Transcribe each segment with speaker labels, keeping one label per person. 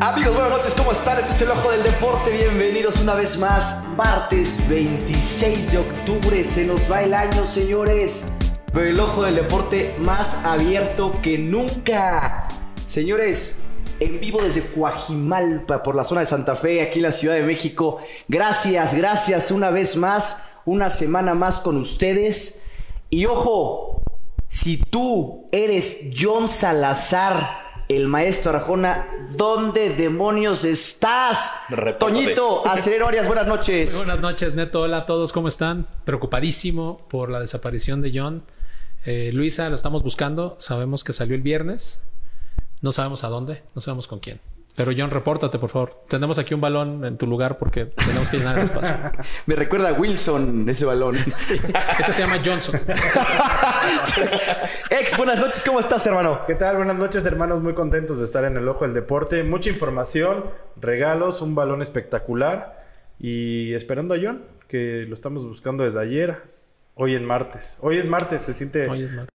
Speaker 1: Amigos, buenas noches, ¿cómo están? Este es el Ojo del Deporte, bienvenidos una vez más, martes 26 de octubre, se nos va el año, señores, pero el Ojo del Deporte más abierto que nunca. Señores, en vivo desde Coajimalpa, por la zona de Santa Fe, aquí en la Ciudad de México, gracias, gracias una vez más, una semana más con ustedes, y ojo, si tú eres John Salazar, el maestro Arjona, ¿dónde demonios estás?
Speaker 2: Repórtate.
Speaker 1: Toñito, Acelero Arias, buenas
Speaker 3: Muy
Speaker 1: noches.
Speaker 3: Buenas noches, Neto. Hola a todos, ¿cómo están? Preocupadísimo por la desaparición de John. Eh, Luisa, lo estamos buscando. Sabemos que salió el viernes. No sabemos a dónde, no sabemos con quién. Pero John, repórtate, por favor. Tenemos aquí un balón en tu lugar porque tenemos que llenar el espacio.
Speaker 1: Me recuerda a Wilson ese balón.
Speaker 3: Sí. Este se llama Johnson.
Speaker 1: Ex, buenas noches, ¿cómo estás, hermano?
Speaker 4: ¿Qué tal? Buenas noches, hermanos. Muy contentos de estar en el Ojo del Deporte. Mucha información, regalos, un balón espectacular. Y esperando a John, que lo estamos buscando desde ayer. Hoy en martes. Hoy es martes, se siente
Speaker 3: Hoy es martes.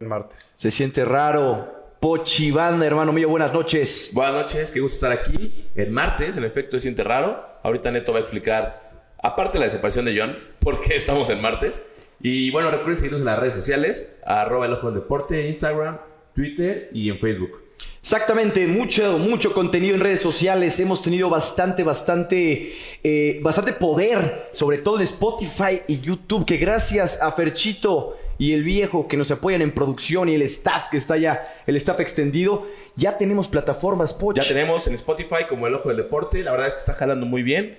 Speaker 4: en martes.
Speaker 1: Se siente raro. Pochibanda, hermano mío, buenas noches.
Speaker 2: Buenas noches, qué gusto estar aquí. El martes, en efecto, se siente raro. Ahorita Neto va a explicar, aparte de la desaparición de John, por qué estamos en martes. Y bueno, recuerden seguirnos en las redes sociales, arroba el ojo del deporte, Instagram, Twitter y en Facebook.
Speaker 1: Exactamente, mucho, mucho contenido en redes sociales. Hemos tenido bastante, bastante, eh, bastante poder, sobre todo en Spotify y YouTube, que gracias a Ferchito y el viejo que nos apoyan en producción y el staff que está allá, el staff extendido, ya tenemos plataformas, Poch.
Speaker 2: Ya tenemos en Spotify como el ojo del deporte. La verdad es que está jalando muy bien.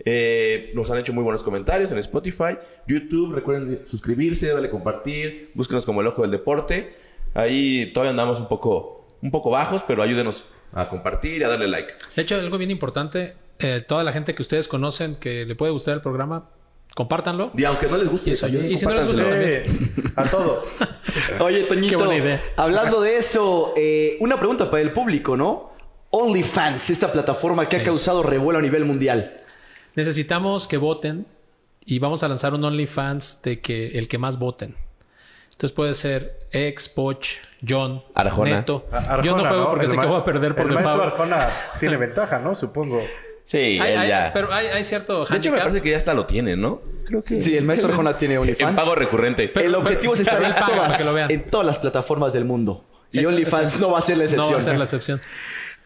Speaker 2: Eh, nos han hecho muy buenos comentarios en Spotify, YouTube. Recuerden suscribirse, darle compartir. Búsquenos como el ojo del deporte. Ahí todavía andamos un poco, un poco bajos, pero ayúdenos a compartir, a darle like.
Speaker 3: De hecho, algo bien importante. eh, toda la gente que ustedes conocen que le puede gustar el programa, compártanlo.
Speaker 2: Y aunque no les guste,
Speaker 3: Eso ayuda.
Speaker 2: también
Speaker 3: Y si no les gusta,
Speaker 2: compártanselo.
Speaker 4: Eh, a todos.
Speaker 1: Oye, Toñito,
Speaker 3: Qué buena idea.
Speaker 1: hablando de eso, eh, una pregunta para el público, ¿no? OnlyFans, esta plataforma que ha
Speaker 3: Sí.
Speaker 1: causado revuelo a nivel mundial.
Speaker 3: Necesitamos que voten y vamos a lanzar un OnlyFans de que el que más voten. Entonces puede ser ex, Poch, John,
Speaker 2: Arjona.
Speaker 3: Neto.
Speaker 4: A- Arjona,
Speaker 3: Yo no juego porque
Speaker 4: El
Speaker 3: sé que
Speaker 4: ma-
Speaker 3: voy a perder por
Speaker 4: El maestro
Speaker 3: default.
Speaker 4: Arjona tiene ventaja, ¿no? Supongo.
Speaker 2: Sí,
Speaker 3: Hay-
Speaker 2: él
Speaker 3: hay-
Speaker 2: ya.
Speaker 3: pero hay, hay cierto
Speaker 2: de hecho, me
Speaker 3: handicap.
Speaker 2: parece que ya hasta lo tiene, ¿no? Creo que.
Speaker 1: Sí, el maestro Arjona tiene OnlyFans.
Speaker 2: En pago recurrente.
Speaker 3: Pero-
Speaker 1: el objetivo es estar
Speaker 3: pero
Speaker 1: en
Speaker 3: él paga para que lo
Speaker 1: todas,
Speaker 3: vean.
Speaker 1: en todas las plataformas del mundo. Y
Speaker 3: Esa-
Speaker 1: OnlyFans
Speaker 3: esa-
Speaker 1: no va a ser la excepción.
Speaker 3: No va a ser la excepción.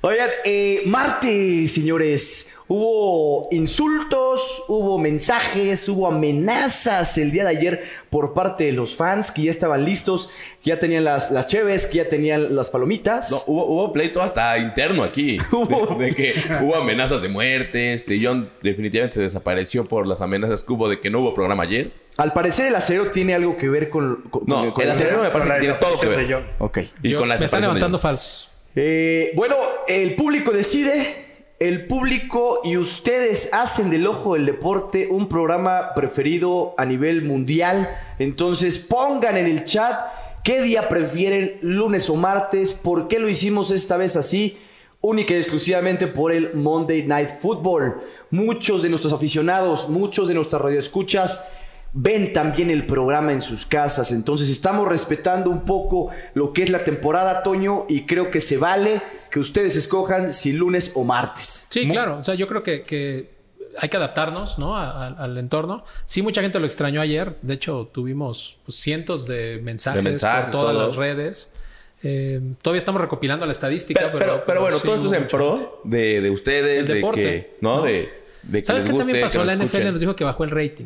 Speaker 1: Oigan, eh, martes, señores, hubo insultos, hubo mensajes, hubo amenazas el día de ayer por parte de los fans que ya estaban listos, que ya tenían las, las cheves, que ya tenían las palomitas.
Speaker 2: No, hubo, hubo pleito hasta interno aquí.
Speaker 1: Hubo.
Speaker 2: De, de que hubo amenazas de muerte. Este John definitivamente se desapareció por las amenazas que hubo de que no hubo programa ayer.
Speaker 1: Al parecer el acero tiene algo que ver con... con-
Speaker 2: No,
Speaker 1: con- con-
Speaker 2: el acero me
Speaker 4: Con
Speaker 2: parece
Speaker 4: la
Speaker 2: que tiene todo que
Speaker 4: desaparición
Speaker 2: ver.
Speaker 4: de John.
Speaker 1: Ok.
Speaker 2: Y
Speaker 3: Yo-
Speaker 2: con la
Speaker 3: me
Speaker 2: desaparición
Speaker 3: están
Speaker 2: de
Speaker 3: levantando
Speaker 2: John.
Speaker 3: falsos.
Speaker 1: Eh, bueno, el público decide, el público y ustedes hacen del Ojo del Deporte un programa preferido a nivel mundial. Entonces pongan en el chat qué día prefieren, lunes o martes, por qué lo hicimos esta vez así. Única y exclusivamente por el Monday Night Football. Muchos de nuestros aficionados, muchos de nuestras radioescuchas ven también el programa en sus casas. Entonces estamos respetando un poco lo que es la temporada, Toño, y creo que se vale que ustedes escojan si lunes o martes.
Speaker 3: Sí, claro. O sea, yo creo que, que hay que adaptarnos, ¿no? A- a- al entorno. Sí, mucha gente lo extrañó ayer. De hecho, tuvimos pues, cientos de mensajes,
Speaker 2: De mensajes,
Speaker 3: por todas
Speaker 2: todo.
Speaker 3: las redes. Eh, todavía estamos recopilando la estadística,
Speaker 2: Pero,
Speaker 3: pero,
Speaker 2: pero, pero bueno,
Speaker 3: sí
Speaker 2: todo esto
Speaker 3: hubo
Speaker 2: es en
Speaker 3: mucha gente.
Speaker 2: pro de, de ustedes,
Speaker 3: El
Speaker 2: de
Speaker 3: deporte,
Speaker 2: que. ¿No?
Speaker 3: ¿no?
Speaker 2: De, de que les
Speaker 3: ¿Sabes qué
Speaker 2: guste,
Speaker 3: también pasó?
Speaker 2: que
Speaker 3: La
Speaker 2: nos
Speaker 3: NFL
Speaker 2: escuchen.
Speaker 3: nos dijo que bajó el rating.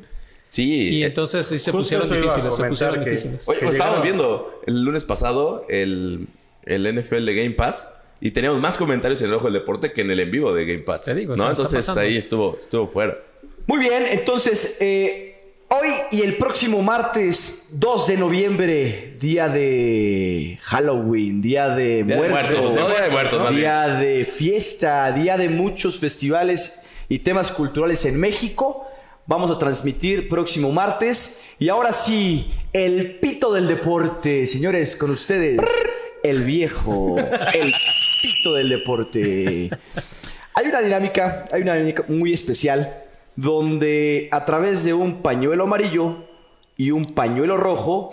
Speaker 2: Sí.
Speaker 3: Y
Speaker 2: eh,
Speaker 3: entonces sí se
Speaker 4: Justo
Speaker 3: pusieron
Speaker 4: eso iba a
Speaker 3: difíciles, se
Speaker 4: comentar
Speaker 3: pusieron
Speaker 4: que-
Speaker 3: difíciles.
Speaker 2: Oye,
Speaker 4: Que
Speaker 2: estábamos
Speaker 4: llegaron.
Speaker 2: viendo el lunes pasado el, el NFL de Game Pass y teníamos más comentarios en el ojo del deporte que en el en vivo de Game Pass.
Speaker 3: Te
Speaker 2: ¿no?
Speaker 3: digo, se me está
Speaker 2: Entonces
Speaker 3: pasando.
Speaker 2: ahí estuvo, estuvo fuera.
Speaker 1: Muy bien, entonces eh, hoy y el próximo martes 2 de noviembre, día de Halloween, día de
Speaker 2: Día de
Speaker 1: muertos,
Speaker 2: muertos, ¿no? Día de muertos, más
Speaker 1: día de fiesta, día de muchos festivales y temas culturales en México. Vamos a transmitir próximo martes. Y ahora sí, el pito del deporte, señores, con ustedes, el viejo, el pito del deporte. Hay una dinámica, hay una dinámica muy especial donde a través de un pañuelo amarillo y un pañuelo rojo,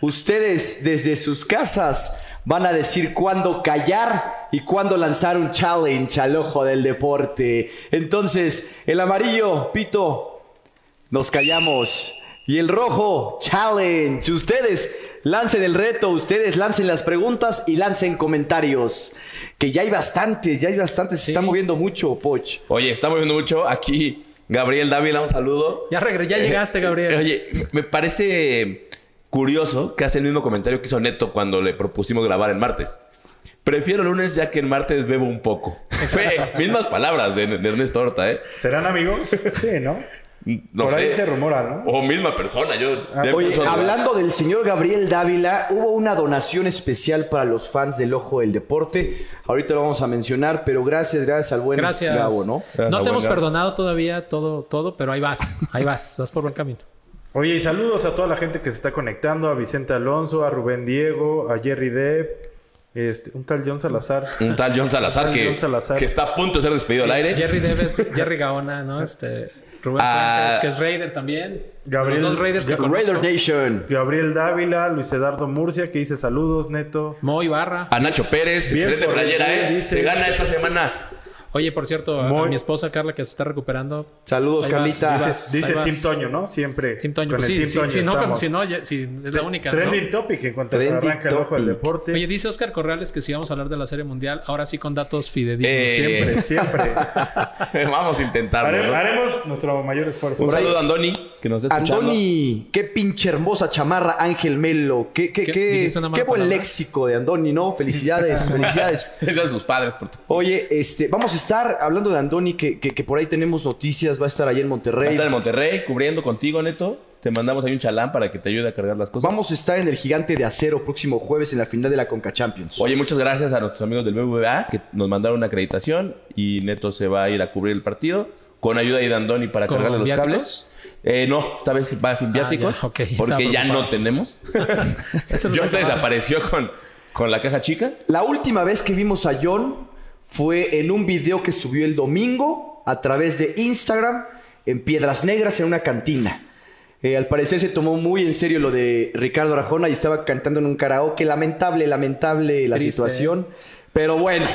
Speaker 1: ustedes desde sus casas van a decir cuándo callar y cuándo lanzar un challenge al ojo del deporte. Entonces, el amarillo, Pito, nos callamos. Y el rojo, challenge. Ustedes lancen el reto, ustedes lancen las preguntas y lancen comentarios. Que ya hay bastantes, ya hay bastantes. Se está moviendo mucho, Poch.
Speaker 2: Oye, estamos viendo mucho aquí. Gabriel Dávila, un saludo.
Speaker 3: Ya regre- ya llegaste, Gabriel.
Speaker 2: Eh, Oye, me parece curioso que hace el mismo comentario que hizo Neto cuando le propusimos grabar en martes. Prefiero lunes ya que en martes bebo un poco. Fue mismas palabras de, de Ernesto Horta, ¿eh?
Speaker 4: ¿Serán amigos? Sí, ¿no?
Speaker 2: No
Speaker 4: Por ahí
Speaker 2: sé.
Speaker 4: se rumora, ¿no?
Speaker 2: O misma persona, yo.
Speaker 4: Ah,
Speaker 2: ya
Speaker 1: Oye,
Speaker 2: empiezo a dudar.
Speaker 1: hablando del señor Gabriel Dávila, hubo una donación especial para los fans del Ojo del Deporte. Ahorita lo vamos a mencionar, pero gracias, gracias al buen
Speaker 3: Gracias.
Speaker 1: Gabo, ¿no?
Speaker 2: Ah,
Speaker 3: No te hemos
Speaker 2: bueno.
Speaker 3: perdonado todavía todo, todo, pero ahí vas, ahí vas, vas por buen camino.
Speaker 4: Oye, y saludos a toda la gente que se está conectando, a Vicente Alonso, a Rubén Diego, a Jerry Depp, este, un tal John Salazar.
Speaker 2: Un tal John Salazar,
Speaker 4: Un tal
Speaker 2: que,
Speaker 4: John Salazar.
Speaker 2: que está a punto de ser despedido al aire.
Speaker 3: Jerry Deves, Jerry Gaona, ¿no? Este, Rubén
Speaker 2: Ah.
Speaker 3: Fuentes, que es Raider también.
Speaker 4: Gabriel-
Speaker 3: Los dos Raiders que conozco.
Speaker 1: Raider Nation.
Speaker 4: Gabriel Dávila, Luis Edardo Murcia, que dice saludos, Neto.
Speaker 3: Mo Ibarra.
Speaker 2: A Nacho Pérez,
Speaker 4: Bien
Speaker 2: excelente
Speaker 4: por
Speaker 2: playera,
Speaker 4: él,
Speaker 2: ¿eh?
Speaker 4: dice.
Speaker 2: Se gana esta semana.
Speaker 3: Oye, por cierto, a,
Speaker 4: Mo-
Speaker 3: a mi esposa Carla que se está recuperando.
Speaker 1: Saludos,
Speaker 3: Ahí vas,
Speaker 1: Carlita.
Speaker 3: ahí vas.
Speaker 4: Dice, dice
Speaker 3: vas.
Speaker 4: Team Toño, ¿no? Siempre.
Speaker 3: Team Toño.
Speaker 4: Con
Speaker 3: Pues
Speaker 4: el
Speaker 3: sí,
Speaker 4: Team
Speaker 3: sí,
Speaker 4: Toño
Speaker 3: si no, con-
Speaker 4: estamos.
Speaker 3: si no, ya- si es la única. ¿no?
Speaker 4: Trending topic en cuanto
Speaker 1: Trending
Speaker 4: arranca el ojo del
Speaker 1: topic.
Speaker 4: deporte.
Speaker 3: Oye, dice Oscar Corrales que si vamos a hablar de la Serie Mundial, ahora sí con datos fidedignos.
Speaker 2: Eh,
Speaker 3: siempre.
Speaker 4: Siempre, siempre.
Speaker 2: Vamos a intentarlo.
Speaker 4: Haremos,
Speaker 2: ¿no?
Speaker 4: haremos nuestro mayor esfuerzo.
Speaker 2: Un
Speaker 4: Por ahí-
Speaker 2: saludo a Andoni, que nos está escuchando.
Speaker 1: Andoni, qué pinche hermosa chamarra, Ángel Melo. Qué, qué,
Speaker 3: ¿Qué?
Speaker 1: qué,
Speaker 3: ¿Dijiste una mala
Speaker 1: qué buen
Speaker 3: palabra?
Speaker 1: léxico de Andoni, ¿no? Felicidades, felicidades.
Speaker 2: Gracias a sus padres por tu-
Speaker 1: Oye, este, vamos a estar hablando de Andoni, que, que- que por ahí tenemos noticias, va a estar allá en
Speaker 2: Va a
Speaker 1: Monterrey.
Speaker 2: estar en Monterrey cubriendo contigo, Neto. Te mandamos ahí un chalán para que te ayude a cargar las cosas.
Speaker 1: Vamos a estar en el Gigante de Acero próximo jueves en la final de la Conca Champions.
Speaker 2: Oye, muchas gracias a nuestros amigos del BBVA que nos mandaron una acreditación y Neto se va a ir a cubrir el partido con ayuda de Dandoni para
Speaker 3: ¿Con
Speaker 2: cargarle los
Speaker 3: viáticos? Ah,
Speaker 2: cables. Eh, no, esta vez va sin viáticos
Speaker 3: ya, ok, estaba
Speaker 2: porque ya
Speaker 3: preocupado.
Speaker 2: no tenemos.
Speaker 3: Se nos
Speaker 2: John se
Speaker 3: acababa.
Speaker 2: desapareció con, con la caja chica.
Speaker 1: La última vez que vimos a John fue en un video que subió el domingo a través de Instagram en Piedras Negras en una cantina. Eh, al parecer se tomó muy en serio lo de Ricardo Arjona y estaba cantando en un karaoke. Lamentable, lamentable la
Speaker 3: Triste.
Speaker 1: situación. Pero bueno,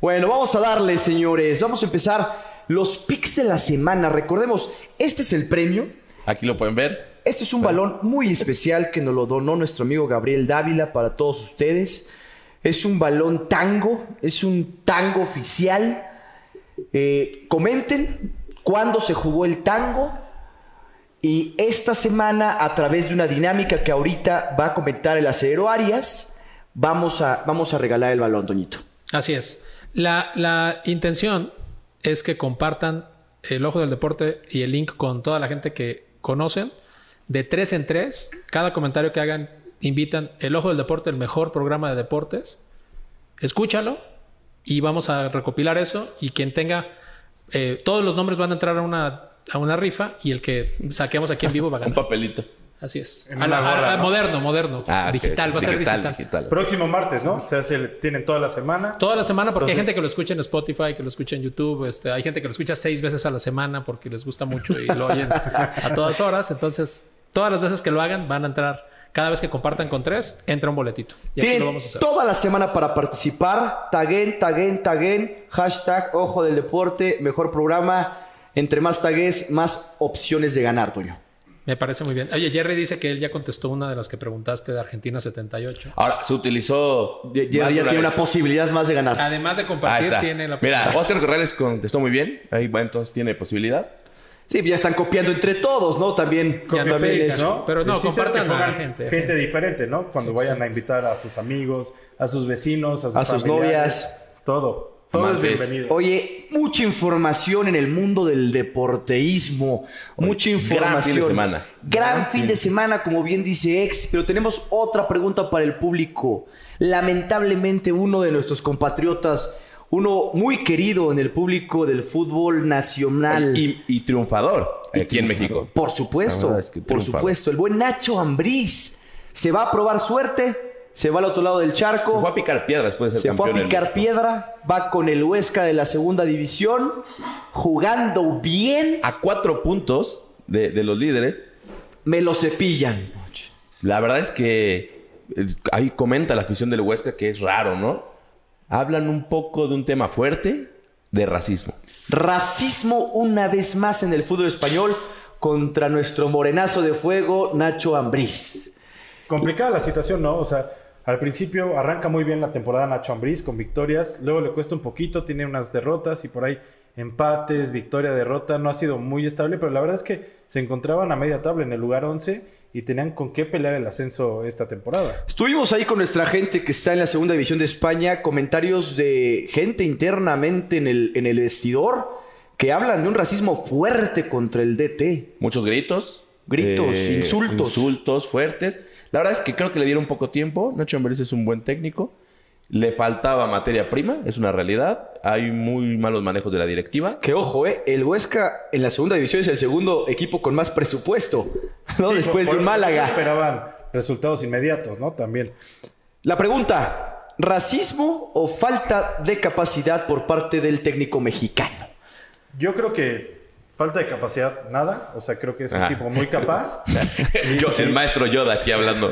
Speaker 1: bueno, vamos a darle, señores. Vamos a empezar los picks de la semana. Recordemos, este es el premio.
Speaker 2: Aquí lo pueden ver.
Speaker 1: Este es un balón muy especial que nos lo donó nuestro amigo Gabriel Dávila para todos ustedes. Es un balón tango, es un tango oficial. Eh, comenten cuándo se jugó el tango. Y esta semana, a través de una dinámica que ahorita va a comentar el acero Arias, vamos a, vamos a regalar el balón, Toñito.
Speaker 3: Así es. La, la intención es que compartan el ojo del deporte y el link con toda la gente que conocen. De tres en tres, cada comentario que hagan, invitan el ojo del deporte, el mejor programa de deportes. Escúchalo y vamos a recopilar eso. Y quien tenga, eh, todos los nombres van a entrar a una, a una rifa y el que saquemos aquí en vivo va a
Speaker 2: Un
Speaker 3: ganar.
Speaker 2: papelito.
Speaker 3: Así es.
Speaker 4: En
Speaker 3: A
Speaker 4: una
Speaker 3: la- a-
Speaker 4: gorra,
Speaker 3: a-
Speaker 4: ¿no?
Speaker 3: Moderno, moderno.
Speaker 2: Ah, ok.
Speaker 3: digital, va a ser digital.
Speaker 4: Próximo martes, ¿no? Se hace el- tienen toda la semana.
Speaker 3: Toda la semana, porque hay gente que lo escucha en Spotify, que lo escucha en YouTube, este, hay gente que lo escucha seis veces a la semana porque les gusta mucho y lo oyen a todas horas. Entonces, todas las veces que lo hagan, van a entrar. Cada vez que compartan con tres, entra un boletito. Y aquí lo
Speaker 1: Tienen
Speaker 3: vamos a hacer.
Speaker 1: toda la semana para participar. Taguen, taguen, taguen. Hashtag Ojo del Deporte, mejor programa. Entre más tagues, más opciones de ganar, Toño.
Speaker 3: Me parece muy bien. Oye, Jerry dice que él ya contestó una de las que preguntaste de Argentina 78.
Speaker 2: Ahora, se utilizó...
Speaker 1: Jerry
Speaker 2: más
Speaker 1: ya
Speaker 2: de
Speaker 1: tiene
Speaker 2: vez.
Speaker 1: una posibilidad más de ganar.
Speaker 3: Además de
Speaker 2: Ahí
Speaker 3: compartir,
Speaker 2: está.
Speaker 3: tiene la
Speaker 2: Mira,
Speaker 3: posibilidad.
Speaker 2: Oscar Corrales contestó muy bien. Ahí va, entonces tiene posibilidad.
Speaker 1: Sí, ya están copiando entre todos, ¿no? También,
Speaker 3: Ya no
Speaker 1: también
Speaker 3: pega,
Speaker 1: es-
Speaker 3: ¿no? Pero
Speaker 4: El chiste es que
Speaker 3: compartan a
Speaker 4: pongan
Speaker 3: gente,
Speaker 4: Gente
Speaker 3: gente.
Speaker 4: diferente, ¿no? Cuando vayan a invitar a sus amigos, a sus vecinos, a sus,
Speaker 1: A sus
Speaker 4: familiares, Todo. Todo
Speaker 2: Amantes.
Speaker 4: es bienvenido.
Speaker 1: Oye, mucha información en el mundo del deporteísmo. mucha
Speaker 2: gran fin de
Speaker 1: información.
Speaker 2: semana.
Speaker 1: Gran, fin, de semana, como bien dice Ex. Pero tenemos otra pregunta para el público. Lamentablemente, uno de nuestros compatriotas, uno muy querido en el público del fútbol nacional.
Speaker 2: Y, y triunfador aquí en México.
Speaker 1: Por
Speaker 2: La
Speaker 1: supuesto,
Speaker 2: verdad es que
Speaker 1: por
Speaker 2: triunfa.
Speaker 1: supuesto. El buen Nacho Ambriz se va a probar suerte, se va al otro lado del charco.
Speaker 2: Se fue a picar piedra después de ser
Speaker 1: Se fue a
Speaker 2: campeón en
Speaker 1: picar
Speaker 2: México.
Speaker 1: piedra, va con el Huesca de la segunda división, jugando bien,
Speaker 2: A cuatro puntos de, de los líderes.
Speaker 1: me lo cepillan.
Speaker 2: La verdad es que es- ahí comenta la afición del Huesca que es raro, ¿no? Hablan un poco de un tema fuerte de racismo.
Speaker 1: Racismo una vez más en el fútbol español contra nuestro morenazo de fuego, Nacho Ambriz.
Speaker 4: Complicada la situación, ¿no? O sea, al principio arranca muy bien la temporada Nacho Ambriz con victorias, luego le cuesta un poquito, tiene unas derrotas y por ahí empates, victoria, derrota, no ha sido muy estable, pero la verdad es que se encontraban a media tabla en el lugar 11 y tenían con qué pelear el ascenso esta temporada.
Speaker 1: Estuvimos ahí con nuestra gente que está en la segunda división de España, comentarios de gente internamente en el, en el vestidor que hablan de un racismo fuerte contra el DT.
Speaker 2: Muchos gritos. eh,
Speaker 1: Gritos, insultos.
Speaker 2: Insultos fuertes. La verdad es que creo que le dieron poco tiempo. Nacho Ambriz es un buen técnico. Le faltaba materia prima, es una realidad. Hay muy malos manejos de la directiva.
Speaker 1: Que ojo, eh, el Huesca en la segunda división es el segundo equipo con más presupuesto, ¿no?
Speaker 4: Sí,
Speaker 1: Después de
Speaker 4: por-
Speaker 1: un
Speaker 4: por-
Speaker 1: Málaga.
Speaker 4: Esperaban resultados inmediatos, ¿no? También.
Speaker 1: La pregunta, ¿racismo o falta de capacidad por parte del técnico mexicano?
Speaker 4: Yo creo que falta de capacidad, nada. O sea, creo que es un
Speaker 2: Ajá.
Speaker 4: tipo muy capaz.
Speaker 2: Ah. Yo, el maestro Yoda aquí hablando.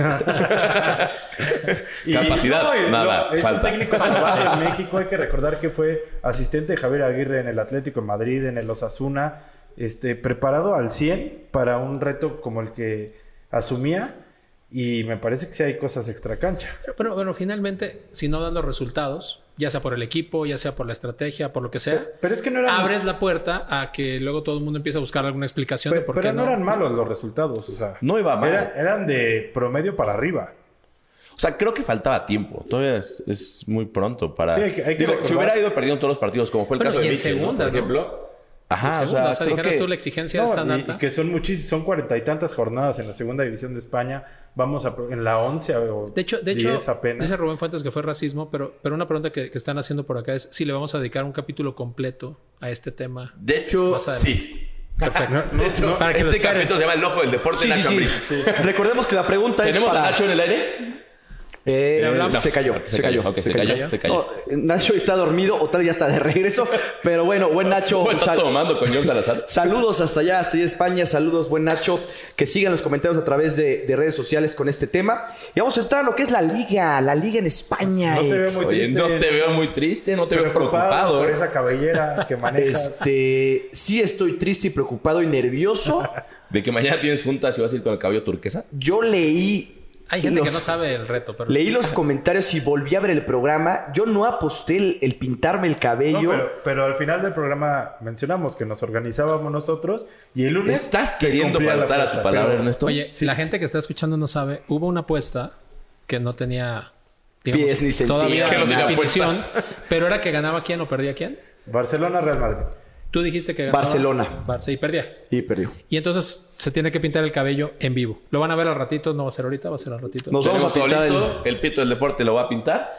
Speaker 2: Capacidad,
Speaker 4: y
Speaker 2: nada,
Speaker 4: es
Speaker 2: falta.
Speaker 4: un técnico probado en México. Hay que recordar que fue asistente de Javier Aguirre en el Atlético de Madrid, en el Osasuna. Este, preparado al 100 para un reto como el que asumía. Y me parece que sí hay cosas extra cancha.
Speaker 3: Pero, pero, bueno, finalmente, si no dan los resultados, ya sea por el equipo, ya sea por la estrategia, por lo que sea,
Speaker 4: Pero es que no eran...
Speaker 3: abres la puerta a que luego todo el mundo empiece a buscar alguna explicación
Speaker 4: pe-
Speaker 3: de por
Speaker 4: pero
Speaker 3: qué
Speaker 4: no
Speaker 3: no.
Speaker 4: eran malos los resultados. O sea,
Speaker 2: No iba mal.
Speaker 4: Era- eran de promedio para arriba.
Speaker 2: O sea, creo que faltaba tiempo. Todavía es, es muy pronto para.
Speaker 4: Sí, hay que- hay que
Speaker 2: Digo,
Speaker 4: recordar-
Speaker 2: si hubiera ido perdiendo todos los partidos, como fue el
Speaker 3: Bueno,
Speaker 2: caso
Speaker 3: y
Speaker 2: de
Speaker 3: en
Speaker 2: Mickey, ¿no?
Speaker 3: segunda,
Speaker 2: por
Speaker 3: ¿no?
Speaker 2: ejemplo. Ajá,
Speaker 3: Segundo,
Speaker 2: Ah, o sea, creo
Speaker 3: dijeras
Speaker 2: que-
Speaker 3: tú la exigencia
Speaker 4: No,
Speaker 3: es tan
Speaker 4: y-
Speaker 3: alta.
Speaker 4: y que son muchísimos, son cuarenta y tantas jornadas en la segunda división de España. Vamos a, pro- en la once o
Speaker 3: De hecho, de hecho,
Speaker 4: 10 apenas.
Speaker 3: dice Rubén Fuentes que fue racismo, pero, pero una pregunta que, que están haciendo por acá es si le vamos a dedicar un capítulo completo a este tema.
Speaker 2: De hecho,
Speaker 3: Más adelante.
Speaker 2: sí.
Speaker 3: Perfecto.
Speaker 2: De hecho,
Speaker 3: para que lo
Speaker 2: este
Speaker 3: esperen.
Speaker 2: capítulo se llama El Ojo del Deporte
Speaker 1: Sí,
Speaker 2: Nacho
Speaker 1: sí, sí,
Speaker 2: Ambriz.
Speaker 1: Recordemos que la pregunta es
Speaker 2: ¿Tenemos
Speaker 1: para...
Speaker 2: a Nacho en el aire?
Speaker 1: Eh,
Speaker 3: Le hablamos.
Speaker 1: se cayó, se, cayó,
Speaker 2: ok,
Speaker 1: se cayó.
Speaker 2: se
Speaker 1: No, eh, Nacho está dormido, otra ya está de regreso, pero bueno, buen Nacho.
Speaker 2: ¿Cómo está
Speaker 1: sal-
Speaker 2: tomando con John Salazar?
Speaker 1: Saludos hasta allá, hasta allá España. Saludos, buen Nacho. Que sigan los comentarios a través de, de redes sociales con este tema. Y vamos a entrar a lo que es la liga, la liga en España.
Speaker 4: No te veo
Speaker 1: ex.
Speaker 4: muy
Speaker 2: Oye,
Speaker 4: triste.
Speaker 2: no te veo muy triste, no te veo preocupado.
Speaker 4: preocupado por
Speaker 2: ¿eh?
Speaker 4: esa cabellera que manejas.
Speaker 1: Este, sí estoy triste y preocupado y nervioso.
Speaker 2: De que mañana tienes juntas y vas a ir con el cabello turquesa.
Speaker 1: Yo leí.
Speaker 3: Hay gente que
Speaker 1: los-
Speaker 3: no sabe el reto, pero
Speaker 1: Leí los comentarios y volví a ver el programa. Yo no aposté el, el pintarme el
Speaker 4: No,
Speaker 1: cabello.
Speaker 4: pero, pero al final del programa mencionamos que nos organizábamos nosotros y el lunes.
Speaker 2: Estás
Speaker 4: se
Speaker 2: queriendo
Speaker 4: cumplía la
Speaker 2: faltar a
Speaker 4: apuesta,
Speaker 2: tu palabra,
Speaker 4: pero-
Speaker 2: Ernesto.
Speaker 3: Oye,
Speaker 4: Sí,
Speaker 3: la
Speaker 4: sí.
Speaker 3: gente que está escuchando no sabe, hubo una apuesta que no tenía digamos,
Speaker 1: Pies ni sentido.
Speaker 3: todavía
Speaker 2: Que no tenía
Speaker 3: definición, pero era que ganaba quién o perdía quién.
Speaker 4: Barcelona, Real Madrid.
Speaker 3: Tú dijiste que ganaba
Speaker 1: Barcelona.
Speaker 3: Barça y perdía.
Speaker 1: Y perdió.
Speaker 3: Y entonces se tiene que pintar el cabello en vivo. Lo van a ver al ratito, no va a ser ahorita, va a ser al ratito.
Speaker 1: Nos vamos
Speaker 2: Tenemos
Speaker 1: a
Speaker 2: todo
Speaker 1: pintar. el-
Speaker 2: listo, el... pito del deporte lo va a pintar.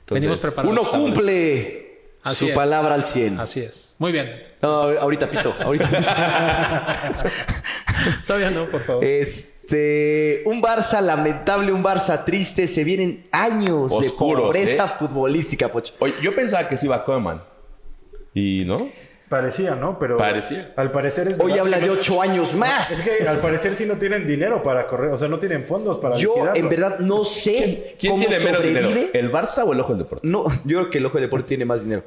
Speaker 2: Entonces,
Speaker 3: Venimos preparados.
Speaker 1: Uno cumple
Speaker 3: Así
Speaker 1: su
Speaker 3: es.
Speaker 1: palabra al 100.
Speaker 3: Así es. Muy bien.
Speaker 1: No, ahorita pito, ahorita pito.
Speaker 3: Todavía no, por
Speaker 1: Eh,
Speaker 3: favor.
Speaker 1: Este, un Barça lamentable, un Barça triste. Se vienen años
Speaker 2: Oscuros,
Speaker 1: de pobreza
Speaker 2: ¿eh?
Speaker 1: futbolística, Pocho.
Speaker 2: Oye, yo pensaba que sí iba a Coman. Y no.
Speaker 4: Parecía, ¿no? Pero.
Speaker 2: Parecía.
Speaker 4: Al parecer es.
Speaker 1: Hoy
Speaker 4: verdad
Speaker 1: habla
Speaker 4: que
Speaker 1: de
Speaker 4: no-
Speaker 1: ocho años
Speaker 4: Es
Speaker 1: más.
Speaker 4: que al parecer sí no tienen dinero para correr, o sea, no tienen fondos para.
Speaker 1: Yo
Speaker 4: liquidarlo.
Speaker 1: en verdad no sé
Speaker 2: ¿Quién
Speaker 1: cómo
Speaker 2: tiene menos
Speaker 1: sobrevive.
Speaker 2: dinero?
Speaker 4: Eh.
Speaker 2: ¿El Barça o el Ojo del Deporte?
Speaker 1: No, yo creo que el Ojo de Deporte tiene más dinero.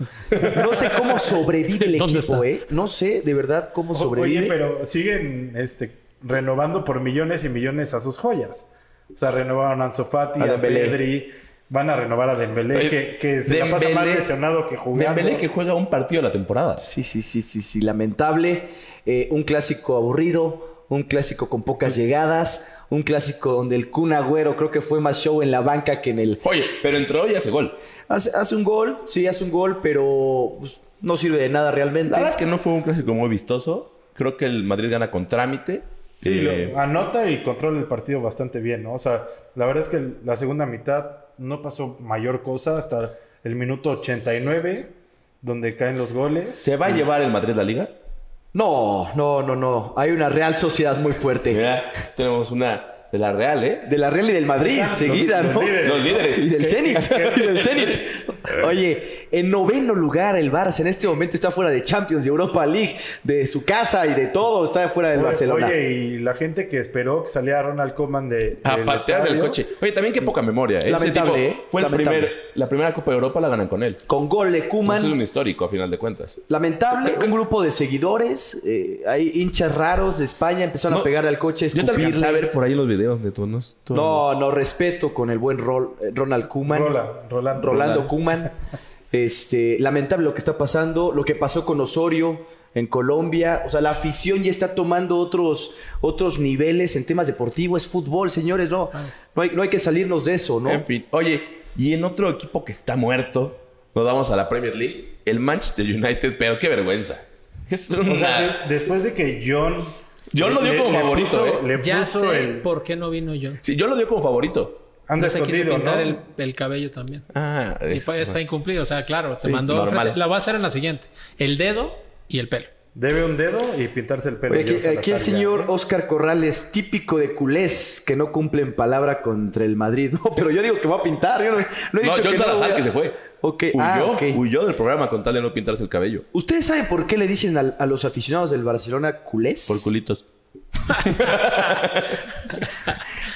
Speaker 1: No sé cómo sobrevive el
Speaker 3: ¿Dónde
Speaker 1: equipo,
Speaker 3: está?
Speaker 1: ¿eh? No sé de verdad cómo
Speaker 4: O-
Speaker 1: sobrevive.
Speaker 4: Oye, pero siguen este, renovando por millones y millones a sus joyas. O sea, renovaron a Ansu Fati,
Speaker 1: A
Speaker 4: a,
Speaker 1: Dembélé.
Speaker 4: Pedri, van a renovar a Dembélé,
Speaker 2: Oye,
Speaker 4: que, que se la pasa más
Speaker 2: Dembélé-
Speaker 4: lesionado que jugando.
Speaker 2: Dembélé que juega un partido a la temporada.
Speaker 1: Sí, sí, sí, sí, sí, lamentable. Eh, un clásico aburrido, un clásico con pocas llegadas, un clásico donde el Kun Agüero creo que fue más show en la banca que en el...
Speaker 2: Oye, pero entró y hace gol.
Speaker 1: Hace, hace un gol, sí, hace un gol, pero pues, no sirve de nada realmente.
Speaker 2: La verdad es que no fue un clásico muy vistoso. Creo que el Madrid gana con trámite.
Speaker 4: Sí,
Speaker 2: Eh,
Speaker 4: lo- anota y controla el partido bastante bien, ¿no? O sea, la verdad es que el- la segunda mitad no pasó mayor cosa hasta el minuto 89, donde caen los goles.
Speaker 2: ¿Se va a llevar el Madrid la liga?
Speaker 1: No, no, no, no. Hay una real sociedad muy fuerte.
Speaker 2: Mira, tenemos una de la Real, ¿eh?
Speaker 1: De la Real y del Madrid,
Speaker 4: Los-
Speaker 1: seguida,
Speaker 4: los
Speaker 1: ¿no?
Speaker 4: líderes.
Speaker 2: Los líderes.
Speaker 1: Y del Zenit. y del Zenit. Oye, En noveno lugar el Barça en este momento está fuera de Champions, de Europa League, de su casa y de todo, está fuera del
Speaker 4: Oye,
Speaker 1: Barcelona.
Speaker 4: Oye, y la gente que esperó que saliera Ronald Koeman de.
Speaker 2: A
Speaker 4: del
Speaker 2: patear del
Speaker 4: estadio,
Speaker 2: coche. Oye, también qué poca memoria. ¿eh? Ese
Speaker 1: Lamentable,
Speaker 2: tipo
Speaker 1: ¿eh?
Speaker 2: Fue el
Speaker 1: Lamentable.
Speaker 2: primer, la primera Copa de Europa la ganan con él.
Speaker 1: Con gol de Kuman.
Speaker 2: Entonces es un histórico, a final de cuentas.
Speaker 1: Lamentable, un grupo de seguidores, eh, hay hinchas raros de España, empezaron a
Speaker 2: No,
Speaker 1: pegarle al coche,
Speaker 2: Yo te alcancé a
Speaker 1: escupirle.
Speaker 2: ver por ahí en los videos de tonos.
Speaker 1: No, no respeto con el buen Rol- eh, Ronald Kuman.
Speaker 4: Rola, Roland.
Speaker 1: Rolando Kuman. Este, lamentable lo que está pasando, lo que pasó con Osorio en Colombia. O sea, la afición ya está tomando otros, otros niveles en temas deportivos. Es fútbol, señores, no, no, hay, no hay que salirnos de eso, ¿no?
Speaker 2: En fin. Oye, y en otro equipo que está muerto, nos vamos a la Premier League, el Manchester United, pero qué vergüenza. Es una...
Speaker 4: O sea, de- después de que John.
Speaker 2: John lo dio como favorito,
Speaker 4: puso-
Speaker 2: ¿eh?
Speaker 4: Le
Speaker 3: Ya
Speaker 4: puso
Speaker 3: sé
Speaker 4: el.
Speaker 3: por qué no vino yo.
Speaker 2: Sí, yo lo dio como favorito.
Speaker 4: Anda
Speaker 3: No se quiso
Speaker 4: escondido,
Speaker 3: pintar
Speaker 4: ¿no?
Speaker 3: el, el cabello también.
Speaker 2: Ah,
Speaker 3: Y pues,
Speaker 2: es-
Speaker 3: pa- es para incumplir, o sea, claro, te
Speaker 2: Sí,
Speaker 3: mandó.
Speaker 2: normal.
Speaker 3: frente- La va a hacer en la siguiente: el dedo y el pelo.
Speaker 4: Debe un dedo y pintarse el pelo.
Speaker 1: Oye, aquí,
Speaker 4: Yo, Salazar,
Speaker 1: aquí el
Speaker 4: ya.
Speaker 1: señor Oscar Corrales, típico de culés, que no cumplen palabra contra el Madrid. No, pero yo digo que va a pintar. Yo no, no he dicho
Speaker 2: No, John
Speaker 1: que no,
Speaker 2: Salazar
Speaker 1: güey.
Speaker 2: que se fue.
Speaker 1: Ok,
Speaker 2: Huyó,
Speaker 1: ah, ok.
Speaker 2: huyó del programa con tal de no pintarse el cabello.
Speaker 1: ¿Ustedes saben por qué le dicen al- a, los aficionados del Barcelona culés?
Speaker 2: Por culitos.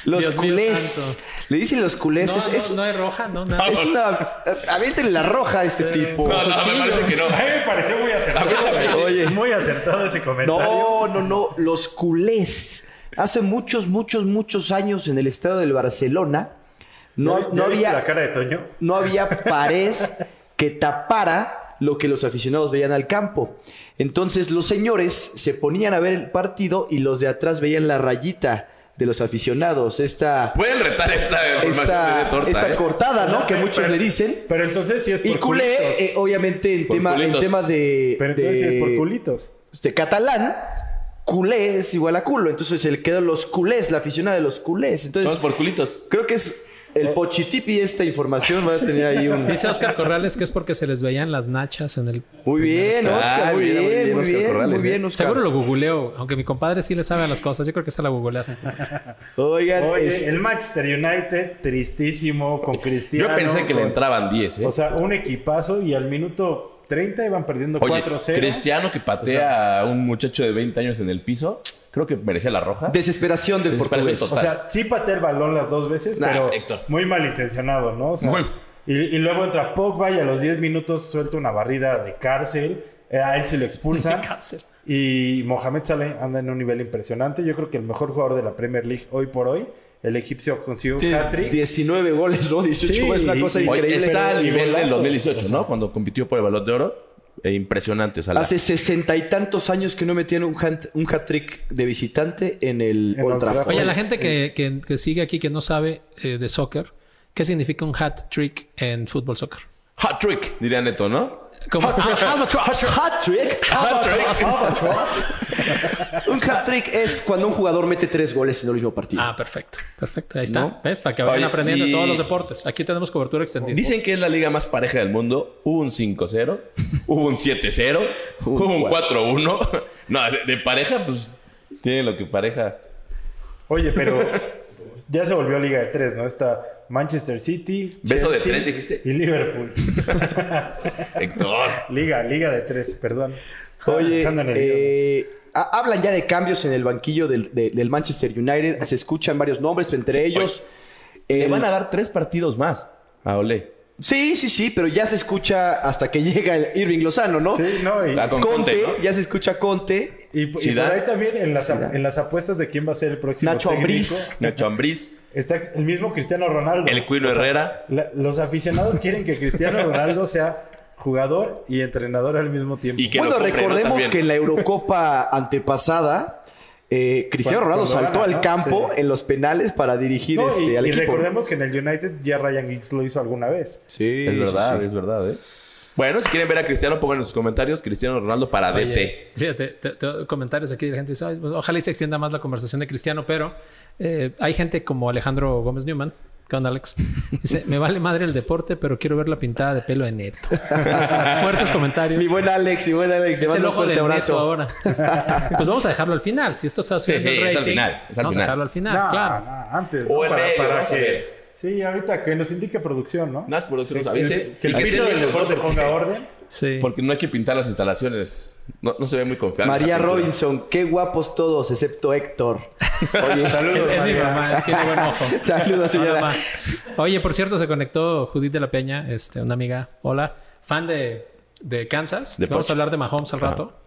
Speaker 1: Los
Speaker 3: Dios mío
Speaker 1: culés.
Speaker 3: santo.
Speaker 1: Le dicen los culés.
Speaker 3: No,
Speaker 1: es,
Speaker 3: no,
Speaker 1: es-
Speaker 3: no hay roja, no, nada.
Speaker 1: es una. a- Avienten la roja a este
Speaker 3: Eh,
Speaker 1: tipo.
Speaker 2: No, no, me
Speaker 3: cuchillo.
Speaker 2: parece que no.
Speaker 4: A mí me pareció muy acertado. güey.
Speaker 1: Oye.
Speaker 4: Muy acertado ese comentario.
Speaker 1: No, no, no. Los culés. Hace muchos, muchos, muchos años en el estado del Barcelona
Speaker 4: ¿Ya-
Speaker 1: no,
Speaker 4: ya
Speaker 1: no
Speaker 4: viste
Speaker 1: había.
Speaker 4: La cara de Toño.
Speaker 1: no había pared que tapara lo que los aficionados veían al campo. Entonces los señores se ponían a ver el partido y los de atrás veían la rayita de los aficionados, esta,
Speaker 2: Pueden retar esta información
Speaker 1: esta,
Speaker 2: de torta.
Speaker 1: esta
Speaker 2: ¿eh?
Speaker 1: cortada, ¿no? Que
Speaker 4: Pero-
Speaker 1: muchos le dicen.
Speaker 4: Pero entonces sí es por
Speaker 1: Y culé,
Speaker 4: culitos.
Speaker 1: eh, obviamente, en
Speaker 2: Por
Speaker 1: tema, en
Speaker 2: culitos.
Speaker 1: tema de,
Speaker 4: Pero entonces sí es por
Speaker 1: de,
Speaker 4: culitos.
Speaker 1: de catalán, culé es igual a culo. Entonces se le quedó los culés, la aficionada de los culés. Entonces,
Speaker 2: Todos por Oh. culitos.
Speaker 1: creo que es el pochitipi esta información. Va a tener ahí un...
Speaker 3: Dice Oscar Corrales que es porque se les veían las nachas en el.
Speaker 1: Muy bien,
Speaker 2: Oscar.
Speaker 1: Oscar,
Speaker 2: Ah,
Speaker 1: muy
Speaker 2: mira, muy
Speaker 1: bien,
Speaker 2: bien,
Speaker 1: muy
Speaker 2: Oscar
Speaker 1: bien,
Speaker 2: Corrales,
Speaker 1: muy bien,
Speaker 2: ¿eh?
Speaker 1: Oscar.
Speaker 3: Seguro lo googleo, aunque mi compadre sí le sabe a las cosas. Yo creo que esa la googleaste.
Speaker 1: Oigan,
Speaker 4: Oye,
Speaker 1: este,
Speaker 4: el Manchester United, tristísimo, con
Speaker 2: Yo
Speaker 4: Cristiano.
Speaker 2: pensé que le
Speaker 4: con-
Speaker 2: entraban 10, ¿eh?
Speaker 4: O sea, un equipazo y al minuto 30 iban perdiendo
Speaker 2: Oye,
Speaker 4: 4-0.
Speaker 2: Cristiano que patea a un muchacho de 20 años en el piso, creo que merecía la roja.
Speaker 1: desesperación del
Speaker 2: Desesperación
Speaker 1: portugués.
Speaker 4: O sea, sí patea el balón las dos veces,
Speaker 2: Nah,
Speaker 4: pero
Speaker 2: Héctor.
Speaker 4: muy malintencionado, ¿no? O sea,
Speaker 2: Muy.
Speaker 4: Y, y luego entra Pogba y a los 10 minutos suelta una barrida de cárcel. Eh, A él se lo expulsan.
Speaker 3: De cárcel.
Speaker 4: Y Mohamed Saleh anda en un nivel impresionante. Yo creo que el mejor jugador de la Premier League hoy por hoy. El egipcio consiguió un
Speaker 1: Sí,
Speaker 4: hat-trick.
Speaker 1: 19 goles, ¿no? 18
Speaker 4: Sí,
Speaker 1: es una cosa
Speaker 4: y-
Speaker 2: Oye,
Speaker 1: increíble.
Speaker 2: está
Speaker 4: pero-
Speaker 2: al
Speaker 4: y
Speaker 2: nivel del
Speaker 4: golazos.
Speaker 2: 2018, ¿no? Cuando compitió por el Balón de Oro. Eh, impresionante, Salah.
Speaker 1: Hace sesenta y tantos años que no metían un, hat- un hat-trick de visitante en el
Speaker 4: En
Speaker 1: Old Trafford.
Speaker 4: Old Trafford.
Speaker 3: Oye, la gente que, que- que sigue aquí que no sabe eh, de soccer, ¿qué significa un hat trick en fútbol soccer?
Speaker 2: Hot trick, diría Neto, ¿no?
Speaker 3: Como Ah, albatross.
Speaker 1: Hat-trick.
Speaker 3: Albatross.
Speaker 1: Un hat-trick es cuando un jugador mete tres goles en el mismo partido.
Speaker 3: Ah, perfecto, perfecto. Ahí está.
Speaker 1: ¿No?
Speaker 3: ¿Ves? Para que vayan
Speaker 2: Oye,
Speaker 3: aprendiendo
Speaker 2: y-
Speaker 3: todos los deportes. Aquí tenemos cobertura extendida.
Speaker 2: Dicen que es la liga más pareja del mundo. Hubo un 5-0, hubo un 7-0, hubo un 4-1. No, de, de pareja, pues tiene lo que pareja.
Speaker 4: Oye, pero ya se volvió Liga de Tres, ¿no? Está Manchester City.
Speaker 2: Beso de
Speaker 4: Chelsea
Speaker 2: tres, dijiste.
Speaker 4: Y Liverpool.
Speaker 2: Héctor.
Speaker 4: Liga, Liga de Tres, perdón. Estaba
Speaker 1: Oye,
Speaker 4: pensando en el guiones.
Speaker 1: eh, ha- hablan ya de cambios en el banquillo del, de- del Manchester United. Se escuchan varios nombres, entre ellos.
Speaker 2: Le
Speaker 1: el-
Speaker 2: van a dar tres partidos más a Ole.
Speaker 1: Sí, sí, sí, pero ya se escucha hasta que llega el Irving Lozano, ¿no?
Speaker 4: Sí, no, y,
Speaker 2: La con-
Speaker 1: Conte,
Speaker 2: Conte, ¿no?
Speaker 1: ya se escucha Conte.
Speaker 4: y- y por
Speaker 2: Zidane.
Speaker 4: ahí también en las,
Speaker 1: Zidane.
Speaker 4: en las apuestas de quién va a ser el próximo
Speaker 1: Nacho
Speaker 4: técnico,
Speaker 1: Ambriz.
Speaker 2: Nacho Ambriz,
Speaker 4: Está el mismo Cristiano Ronaldo.
Speaker 2: el Cuino Herrera.
Speaker 4: La- los aficionados quieren que Cristiano Ronaldo sea jugador y entrenador al mismo tiempo.
Speaker 2: Y que-
Speaker 1: Bueno,
Speaker 2: lo compre, ¿no?
Speaker 1: recordemos
Speaker 2: También.
Speaker 1: que en la Eurocopa antepasada, eh, Cristiano
Speaker 4: Cuando-
Speaker 1: Ronaldo
Speaker 4: cuando
Speaker 1: saltó
Speaker 4: gana,
Speaker 1: al
Speaker 4: ¿no?
Speaker 1: campo
Speaker 4: Sí.
Speaker 1: en los penales para dirigir
Speaker 4: No, y,
Speaker 1: este, al
Speaker 4: y
Speaker 1: equipo.
Speaker 4: recordemos que en el United ya Ryan Giggs lo hizo alguna vez.
Speaker 1: Sí,
Speaker 2: Es verdad,
Speaker 1: sí, sí.
Speaker 2: es verdad, ¿eh? Bueno, si quieren ver a Cristiano, pongan en sus comentarios Cristiano Ronaldo para
Speaker 3: Oye,
Speaker 2: DT.
Speaker 3: Fíjate, te- te- comentarios aquí de la gente. Dice, "Ay, pues, ojalá y se extienda más la conversación de Cristiano, pero eh, hay gente como Alejandro Gómez Newman. ¿Qué onda, Alex? Dice, me vale madre el deporte, pero quiero ver la pintada de pelo de Neto. Fuertes comentarios.
Speaker 1: Mi buen Alex, mi buen Alex, le
Speaker 3: es el
Speaker 1: mando un
Speaker 3: ojo del
Speaker 1: fuerte abrazo.
Speaker 3: Neto ahora. pues vamos a dejarlo al final. Si esto se hace
Speaker 2: Sí, sí, es al final, es al
Speaker 3: vamos
Speaker 2: final.
Speaker 3: a dejarlo al final,
Speaker 4: No,
Speaker 3: claro.
Speaker 4: no, antes.
Speaker 2: O
Speaker 4: ¿no?
Speaker 2: en medio, vamos a
Speaker 4: que
Speaker 2: ver.
Speaker 4: Sí, ahorita que nos indique producción, ¿no?
Speaker 2: Nada más por lo que
Speaker 4: Que-
Speaker 2: nos avise.
Speaker 4: Que el
Speaker 2: y que
Speaker 4: pito
Speaker 2: esté
Speaker 4: del
Speaker 2: listo,
Speaker 4: deporte
Speaker 2: ¿no?
Speaker 4: ponga orden.
Speaker 3: Sí.
Speaker 2: Porque no hay que pintar las instalaciones. No, no se ve muy confiable.
Speaker 1: María
Speaker 2: Esa pintura.
Speaker 1: Robinson, qué guapos todos, excepto Héctor. Oye,
Speaker 4: Saludos,
Speaker 3: Es, es mi
Speaker 4: María.
Speaker 3: mamá, tiene buen ojo.
Speaker 1: Saludos,
Speaker 3: Hola,
Speaker 1: señora.
Speaker 3: ma. Oye, por cierto, se conectó Judith de la Peña, este, una amiga. Hola, fan de, de Kansas.
Speaker 2: De
Speaker 3: Vamos
Speaker 2: Poch.
Speaker 3: a hablar de Mahomes al rato.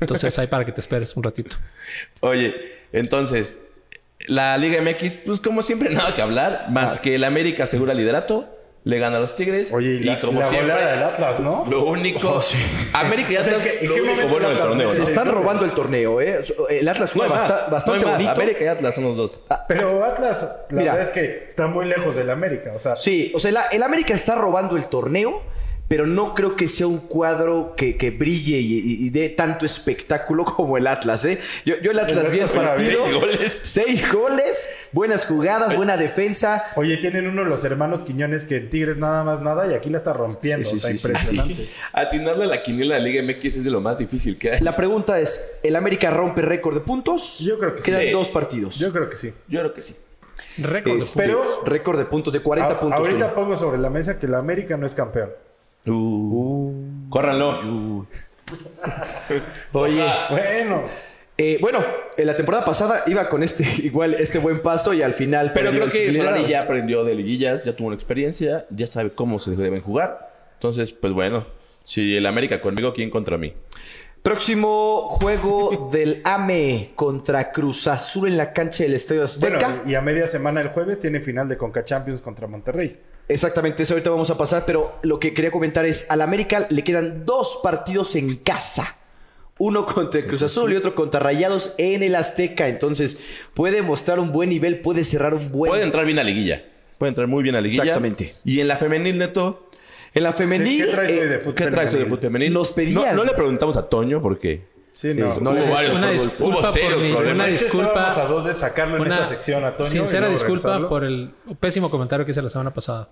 Speaker 3: Entonces, ahí para que te esperes un ratito.
Speaker 2: Oye, entonces, la Liga MX, pues como siempre, nada que hablar. Más que el América asegura liderato, le gana a los Tigres.
Speaker 4: Oye, y, la,
Speaker 2: como
Speaker 4: la
Speaker 2: siempre,
Speaker 4: goleada del Atlas, ¿no?
Speaker 2: lo único. América ya está.
Speaker 4: que, ¿en
Speaker 2: lo
Speaker 4: qué
Speaker 2: único
Speaker 4: momento
Speaker 2: bueno del
Speaker 4: el Atlas
Speaker 2: torneo.
Speaker 4: merece?
Speaker 1: Oh, Se
Speaker 2: ¿no?
Speaker 1: están robando el torneo, ¿eh? El Atlas
Speaker 2: No hay
Speaker 1: juega
Speaker 2: más,
Speaker 1: basta- bastante
Speaker 2: no hay más.
Speaker 1: bonito.
Speaker 2: América y Atlas son los dos.
Speaker 4: Pero Atlas, la
Speaker 1: Mira.
Speaker 4: verdad es que está muy lejos del América. O sea,
Speaker 1: Sí, o sea, la- el América está robando el torneo, pero no creo que sea un cuadro que, que brille y, y- y dé tanto espectáculo como el Atlas, ¿eh? Yo, yo el Atlas vi el
Speaker 4: Atlas para
Speaker 1: partido.
Speaker 2: seis goles.
Speaker 1: Seis goles, buenas jugadas, buena defensa.
Speaker 4: oye, tienen uno de los hermanos Quiñones que en Tigres nada más nada y aquí la está rompiendo.
Speaker 1: Sí, sí,
Speaker 4: o sea,
Speaker 1: sí, sí,
Speaker 4: impresionante.
Speaker 2: Atinarle a la quiniela de la Liga MX es de lo más difícil que hay.
Speaker 1: La pregunta es, ¿el América rompe récord de puntos?
Speaker 4: Yo creo que sí.
Speaker 1: Quedan
Speaker 2: Sí.
Speaker 1: dos partidos.
Speaker 4: Yo creo que sí.
Speaker 2: Yo creo que sí.
Speaker 3: Récord. de
Speaker 1: Este,
Speaker 3: puntos.
Speaker 4: Pero-
Speaker 1: récord de puntos de 40
Speaker 4: A-
Speaker 1: puntos.
Speaker 4: ahorita
Speaker 1: Toño.
Speaker 4: pongo sobre la mesa que la América no es campeón.
Speaker 1: Uh.
Speaker 2: Córranlo.
Speaker 1: Oye,
Speaker 4: Bueno,
Speaker 1: eh, bueno, en la temporada pasada iba con este igual este buen paso y al final
Speaker 2: Pero
Speaker 1: perdió
Speaker 2: creo
Speaker 1: el
Speaker 2: que
Speaker 1: Chile.
Speaker 2: Solari ya aprendió de liguillas, ya tuvo una experiencia, ya sabe cómo se deben jugar. Entonces, pues bueno, si el América conmigo, ¿quién contra mí?
Speaker 1: Próximo juego del AME contra Cruz Azul en la cancha del Estadio
Speaker 4: bueno,
Speaker 1: Azteca.
Speaker 4: y a media semana el jueves tiene final de Conca Champions contra Monterrey.
Speaker 1: Exactamente, eso ahorita vamos a pasar, pero lo que quería comentar es, al América le quedan dos partidos en casa. Uno contra el Cruz Azul y otro contra Rayados en el Azteca. Entonces, puede mostrar un buen nivel, puede cerrar un buen...
Speaker 2: Puede entrar bien a liguilla. Puede entrar muy bien a liguilla.
Speaker 1: Exactamente.
Speaker 2: Y en la femenil, Neto,
Speaker 1: En la
Speaker 4: ¿Qué,
Speaker 1: femenil...
Speaker 4: qué traes
Speaker 1: eh,
Speaker 4: hoy de
Speaker 2: ¿qué
Speaker 4: fútbol?
Speaker 2: traes de
Speaker 4: femenil?
Speaker 2: fútbol femenil?
Speaker 1: Nos pedían.
Speaker 2: No, no le preguntamos a Toño porque...
Speaker 4: Sí, no.
Speaker 2: No,
Speaker 1: le-
Speaker 2: hubo varios
Speaker 3: Una
Speaker 2: fútbol.
Speaker 3: disculpa
Speaker 2: Hubo
Speaker 3: por
Speaker 2: cero
Speaker 3: mi-
Speaker 2: problemas.
Speaker 3: una
Speaker 4: Es que
Speaker 3: disculpa.
Speaker 4: estábamos a dos de sacarlo en esta sección a Toño. y
Speaker 3: sincera
Speaker 4: luego
Speaker 3: disculpa
Speaker 4: regresarlo.
Speaker 3: por el pésimo comentario que hice la semana pasada.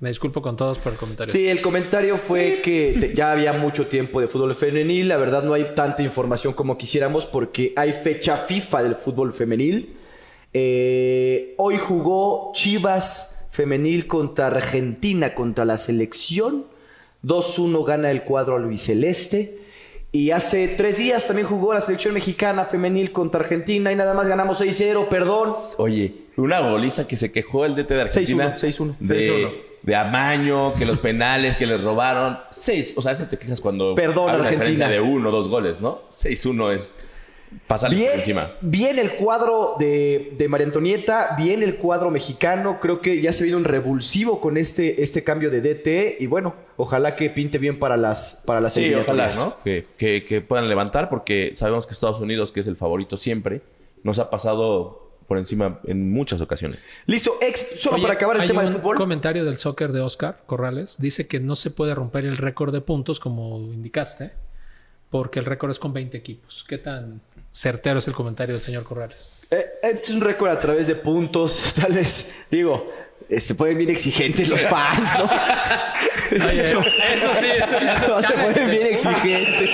Speaker 3: Me disculpo con todos por el comentario.
Speaker 1: Sí, el comentario fue que te- ya había mucho tiempo de fútbol femenil. La verdad no hay tanta información como quisiéramos porque hay fecha FIFA del fútbol femenil. Eh, hoy jugó Chivas femenil contra Argentina, contra la selección. 2-1 gana el cuadro al Celeste. Y hace tres días también jugó la selección mexicana femenil contra Argentina y nada más ganamos 6-0, perdón.
Speaker 2: Oye, una goliza que se quejó el DT de Argentina.
Speaker 1: 6-1, 6-1,
Speaker 2: De, de amaño, que los penales que les robaron. Seis. O sea, eso te quejas cuando.
Speaker 1: Perdón,
Speaker 2: hay una
Speaker 1: Argentina.
Speaker 2: diferencia de uno, dos goles, ¿no? 6-1 es. Pasarle por
Speaker 1: Bien,
Speaker 2: encima.
Speaker 1: bien el cuadro de, de María Antonieta, bien el cuadro mexicano. Creo que ya se viene un revulsivo con este, este cambio de DT. Y bueno, ojalá que pinte bien para las, para las
Speaker 2: Sí, ojalá,
Speaker 1: eliminatorias,
Speaker 2: ¿no? Que, que- que puedan levantar porque sabemos que Estados Unidos, que es el favorito siempre, nos ha pasado por encima en muchas ocasiones.
Speaker 1: Listo, ex, solo
Speaker 3: Oye,
Speaker 1: para acabar el
Speaker 3: hay
Speaker 1: tema
Speaker 3: un
Speaker 1: de fútbol.
Speaker 3: comentario del soccer de Oscar Corrales. Dice que no se puede romper el récord de puntos, como indicaste, porque el récord es con 20 equipos. ¿Qué tan certero es el comentario del señor Corrales?
Speaker 1: Eh, eh, es un récord a través de puntos, tal vez, digo. eh, Se pueden bien exigentes los fans, ¿no?
Speaker 3: eso sí, eso,
Speaker 1: se pueden bien exigentes.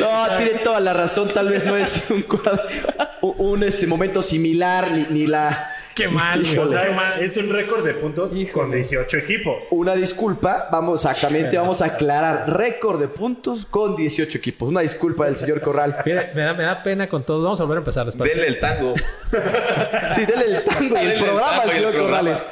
Speaker 1: No, tiene toda la razón. Tal vez no es un cuadro, un, un, este momento similar, ni, ni la.
Speaker 3: Qué mal,
Speaker 1: Híjole.
Speaker 4: O sea,
Speaker 3: qué mal.
Speaker 4: es un récord de puntos con 18 equipos.
Speaker 1: Una disculpa, vamos exactamente, vamos a aclarar. Récord de puntos con 18 equipos. Una disculpa del señor Corral.
Speaker 3: Mira, me, da, me da pena con todo. Vamos a volver a empezar. ¿les parece?
Speaker 2: Denle el tango.
Speaker 1: Sí, denle el tango y
Speaker 2: Denle
Speaker 1: el
Speaker 2: el
Speaker 1: programa
Speaker 2: tango
Speaker 1: al
Speaker 2: y el
Speaker 1: señor
Speaker 2: programa.
Speaker 1: Corrales.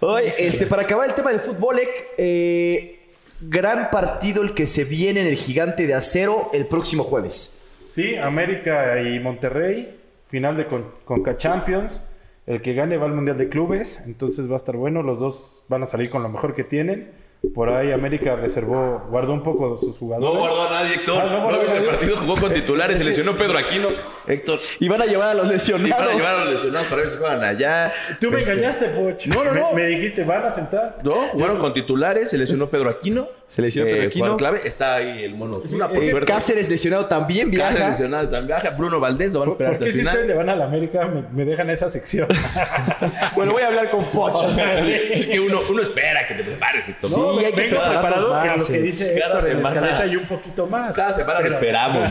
Speaker 1: Hoy, este, para acabar el tema del fútbol, Ek, eh, gran partido el que se viene en el gigante de acero el próximo jueves.
Speaker 4: Sí, América y Monterrey, final de Con- Conca Champions. El que gane va al Mundial de Clubes, entonces va a estar bueno. Los dos van a salir con lo mejor que tienen. Por ahí América reservó, guardó un poco sus
Speaker 2: No
Speaker 4: jugadores.
Speaker 2: guardó a nadie, Héctor.
Speaker 4: Ah, no
Speaker 2: No
Speaker 4: guardó
Speaker 2: viste
Speaker 4: a
Speaker 2: el
Speaker 4: nadie.
Speaker 2: partido, jugó con titulares, seleccionó Pedro Aquino. Héctor,
Speaker 1: Y van a llevar a los
Speaker 2: y van
Speaker 1: lesionados.
Speaker 2: a llevar a los lesionados para ver si juegan allá.
Speaker 4: Tú me
Speaker 2: Este,
Speaker 4: engañaste, Poch.
Speaker 2: No, no, no.
Speaker 4: Me, me dijiste, van a sentar.
Speaker 2: No, jugaron con titulares, se lesionó Pedro Aquino.
Speaker 1: Se lesionó
Speaker 2: eh,
Speaker 1: Torrequino.
Speaker 2: Juan Clave. Está ahí el mono. Es
Speaker 4: eh, Cáceres
Speaker 1: Cáceres lesionado también viaja.
Speaker 2: Ah, pues, Cáceres lesionado también viaja. Bruno Valdés lo van a
Speaker 4: ¿Por,
Speaker 2: esperar
Speaker 4: por
Speaker 2: hasta
Speaker 4: qué
Speaker 2: el
Speaker 4: si ustedes
Speaker 2: final.
Speaker 4: le van a la América me, me dejan esa sección?
Speaker 1: Bueno, voy a hablar con Pocho.
Speaker 2: Es que uno, uno espera que te prepares. Héctor.
Speaker 1: Sí,
Speaker 4: No,
Speaker 1: hay que
Speaker 4: vengo
Speaker 1: prepararnos
Speaker 4: preparado
Speaker 1: más,
Speaker 4: para lo que
Speaker 1: eh,
Speaker 4: dice
Speaker 2: cada
Speaker 4: Héctor en la
Speaker 2: semana.
Speaker 4: escaleta y un poquito más.
Speaker 2: Cada semana lo
Speaker 4: Pero-
Speaker 2: esperamos,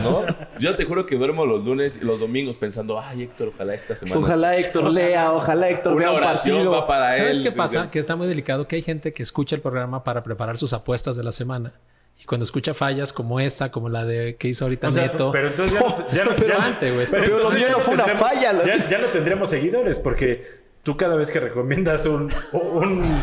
Speaker 2: ¿no? Yo te juro que duermo los lunes y los domingos pensando, ay, Héctor, ojalá esta semana.
Speaker 1: Ojalá Héctor lea, ojalá Héctor
Speaker 2: Una
Speaker 1: vea un
Speaker 2: oración
Speaker 1: partido.
Speaker 2: va para él.
Speaker 3: ¿Sabes qué pasa?
Speaker 2: Dice,
Speaker 3: Que está muy delicado que hay gente que escucha el programa para preparar sus apuestas de la semana. Y cuando escucha fallas como esta, como la de que hizo ahorita
Speaker 4: O sea,
Speaker 3: Neto.
Speaker 4: Pero entonces ya, no- ya no-
Speaker 3: pero
Speaker 4: ya no-
Speaker 3: antes, güey,
Speaker 1: pero lo
Speaker 4: entonces
Speaker 1: mío no
Speaker 4: ya
Speaker 1: fue una
Speaker 4: tendremos-
Speaker 1: falla, lo-
Speaker 4: Ya, ya no tendríamos seguidores porque tú cada vez que recomiendas un un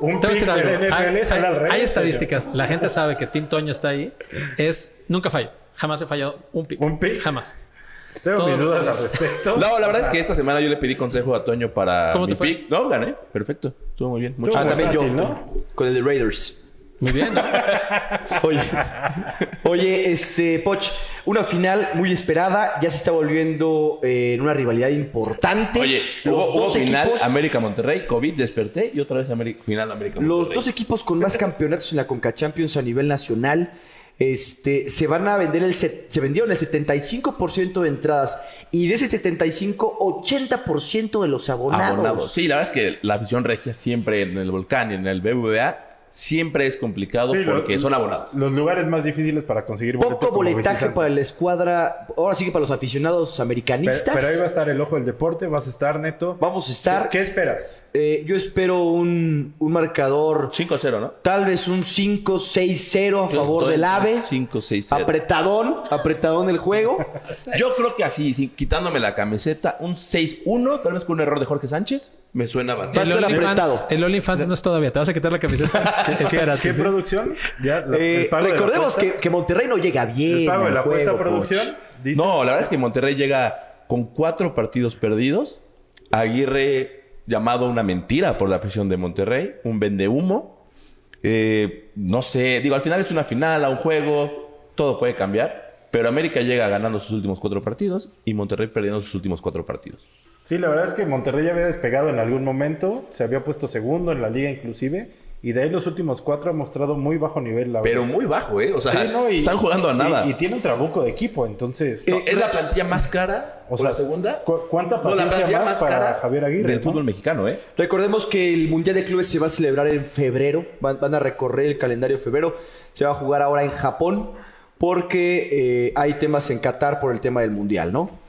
Speaker 4: un
Speaker 3: Te voy a
Speaker 4: pick
Speaker 3: decir algo.
Speaker 4: del NFL
Speaker 3: Hay,
Speaker 4: sale
Speaker 3: hay-
Speaker 4: al revés,
Speaker 3: hay
Speaker 4: señor.
Speaker 3: estadísticas. La gente sabe que Tim Toño está ahí. Es nunca fallo. Jamás he fallado un pick.
Speaker 4: ¿Un pick?
Speaker 3: Jamás.
Speaker 4: Tengo mis
Speaker 3: Todo.
Speaker 4: dudas al respecto.
Speaker 2: No, la verdad es que esta semana yo le pedí consejo a Toño para
Speaker 3: ¿Cómo te
Speaker 2: mi
Speaker 3: fue?
Speaker 2: pick. No, gané. Perfecto. Estuvo muy bien. Muchas
Speaker 1: Ah,
Speaker 4: Muy
Speaker 2: gracias.
Speaker 1: también yo.
Speaker 4: fácil, ¿no?
Speaker 1: Con el de Raiders.
Speaker 3: Muy bien. ¿no?
Speaker 1: Oye, oye, este, Poch, una final muy esperada. Ya se está volviendo eh, en una rivalidad importante.
Speaker 2: Oye,
Speaker 1: los
Speaker 2: hubo, hubo
Speaker 1: dos
Speaker 2: final
Speaker 1: equipos.
Speaker 2: América Monterrey, COVID, desperté y otra vez América, final América
Speaker 1: Los
Speaker 2: Monterrey.
Speaker 1: dos equipos con más campeonatos en la Conca Champions a nivel nacional este, se van a vender el set- se vendieron el 75% de entradas y de ese 75 80% de los abonados.
Speaker 2: Abonados. Sí, la verdad es que la afición regia siempre en el Volcán y en el BBVA siempre es complicado
Speaker 4: Sí, lo-
Speaker 2: porque son abonados.
Speaker 4: Los lugares más difíciles para conseguir boleto
Speaker 1: Poco
Speaker 4: como
Speaker 1: boletaje
Speaker 4: visitante.
Speaker 1: para la escuadra, ahora sí que para los aficionados
Speaker 4: Pero,
Speaker 1: americanistas.
Speaker 4: pero ahí va a estar el ojo del deporte, vas a estar neto.
Speaker 1: Vamos a estar.
Speaker 4: ¿Qué esperas?
Speaker 1: eh, yo espero un, un marcador,
Speaker 2: 5-0, ¿no?
Speaker 1: tal vez un 5-6-0 a favor del AVE.
Speaker 2: 5-6-0.
Speaker 1: Apretadón, apretadón el juego.
Speaker 2: Yo creo que así, sin- quitándome la camiseta, un 6-1, tal vez con un error de Jorge Sánchez, me suena
Speaker 1: Va a
Speaker 2: bastante.
Speaker 3: El
Speaker 1: estar
Speaker 3: OnlyFans
Speaker 1: apretado.
Speaker 3: el OnlyFans no es todavía. Te vas a quitar la camiseta. Espérate.
Speaker 4: ¿Qué
Speaker 3: sí.
Speaker 4: producción? Ya, la-
Speaker 1: Eh,
Speaker 4: el pago de la
Speaker 1: recordemos
Speaker 4: apuesta.
Speaker 1: que, que Monterrey no llega bien.
Speaker 4: el pago de
Speaker 1: al
Speaker 4: la apuesta
Speaker 1: juego,
Speaker 4: producción.
Speaker 1: coach.
Speaker 4: dice-
Speaker 2: No, la verdad es que Monterrey llega con cuatro partidos perdidos. Aguirre llamado una mentira por la afición de Monterrey, un vende humo. Eh, no sé, digo, al final es una final, a un juego, todo puede cambiar. Pero América llega ganando sus últimos cuatro partidos y Monterrey perdiendo sus últimos cuatro partidos.
Speaker 4: Sí, la verdad es que Monterrey ya había despegado en algún momento, se había puesto segundo en la liga inclusive, y de ahí los últimos cuatro ha mostrado muy bajo nivel. La
Speaker 2: Pero
Speaker 4: verdad.
Speaker 2: muy bajo, ¿eh? O sea,
Speaker 4: Sí, ¿no? Y-
Speaker 2: están jugando a
Speaker 4: y-
Speaker 2: nada.
Speaker 4: Y, tiene un trabuco de equipo, entonces...
Speaker 2: No, es la plantilla más cara,
Speaker 4: O
Speaker 2: o
Speaker 4: sea,
Speaker 2: sea, la segunda.
Speaker 4: ¿cu- cuánta
Speaker 2: No, la
Speaker 4: paciencia
Speaker 2: plantilla
Speaker 4: más
Speaker 2: más
Speaker 4: para
Speaker 2: cara
Speaker 4: Javier Aguirre,
Speaker 2: del
Speaker 4: ¿no?
Speaker 2: fútbol mexicano, ¿eh?
Speaker 1: Recordemos que el Mundial de Clubes se va a celebrar en febrero. Van, van a recorrer el calendario de febrero. Se va a jugar ahora en Japón porque eh, hay temas en Qatar por el tema del Mundial, ¿no?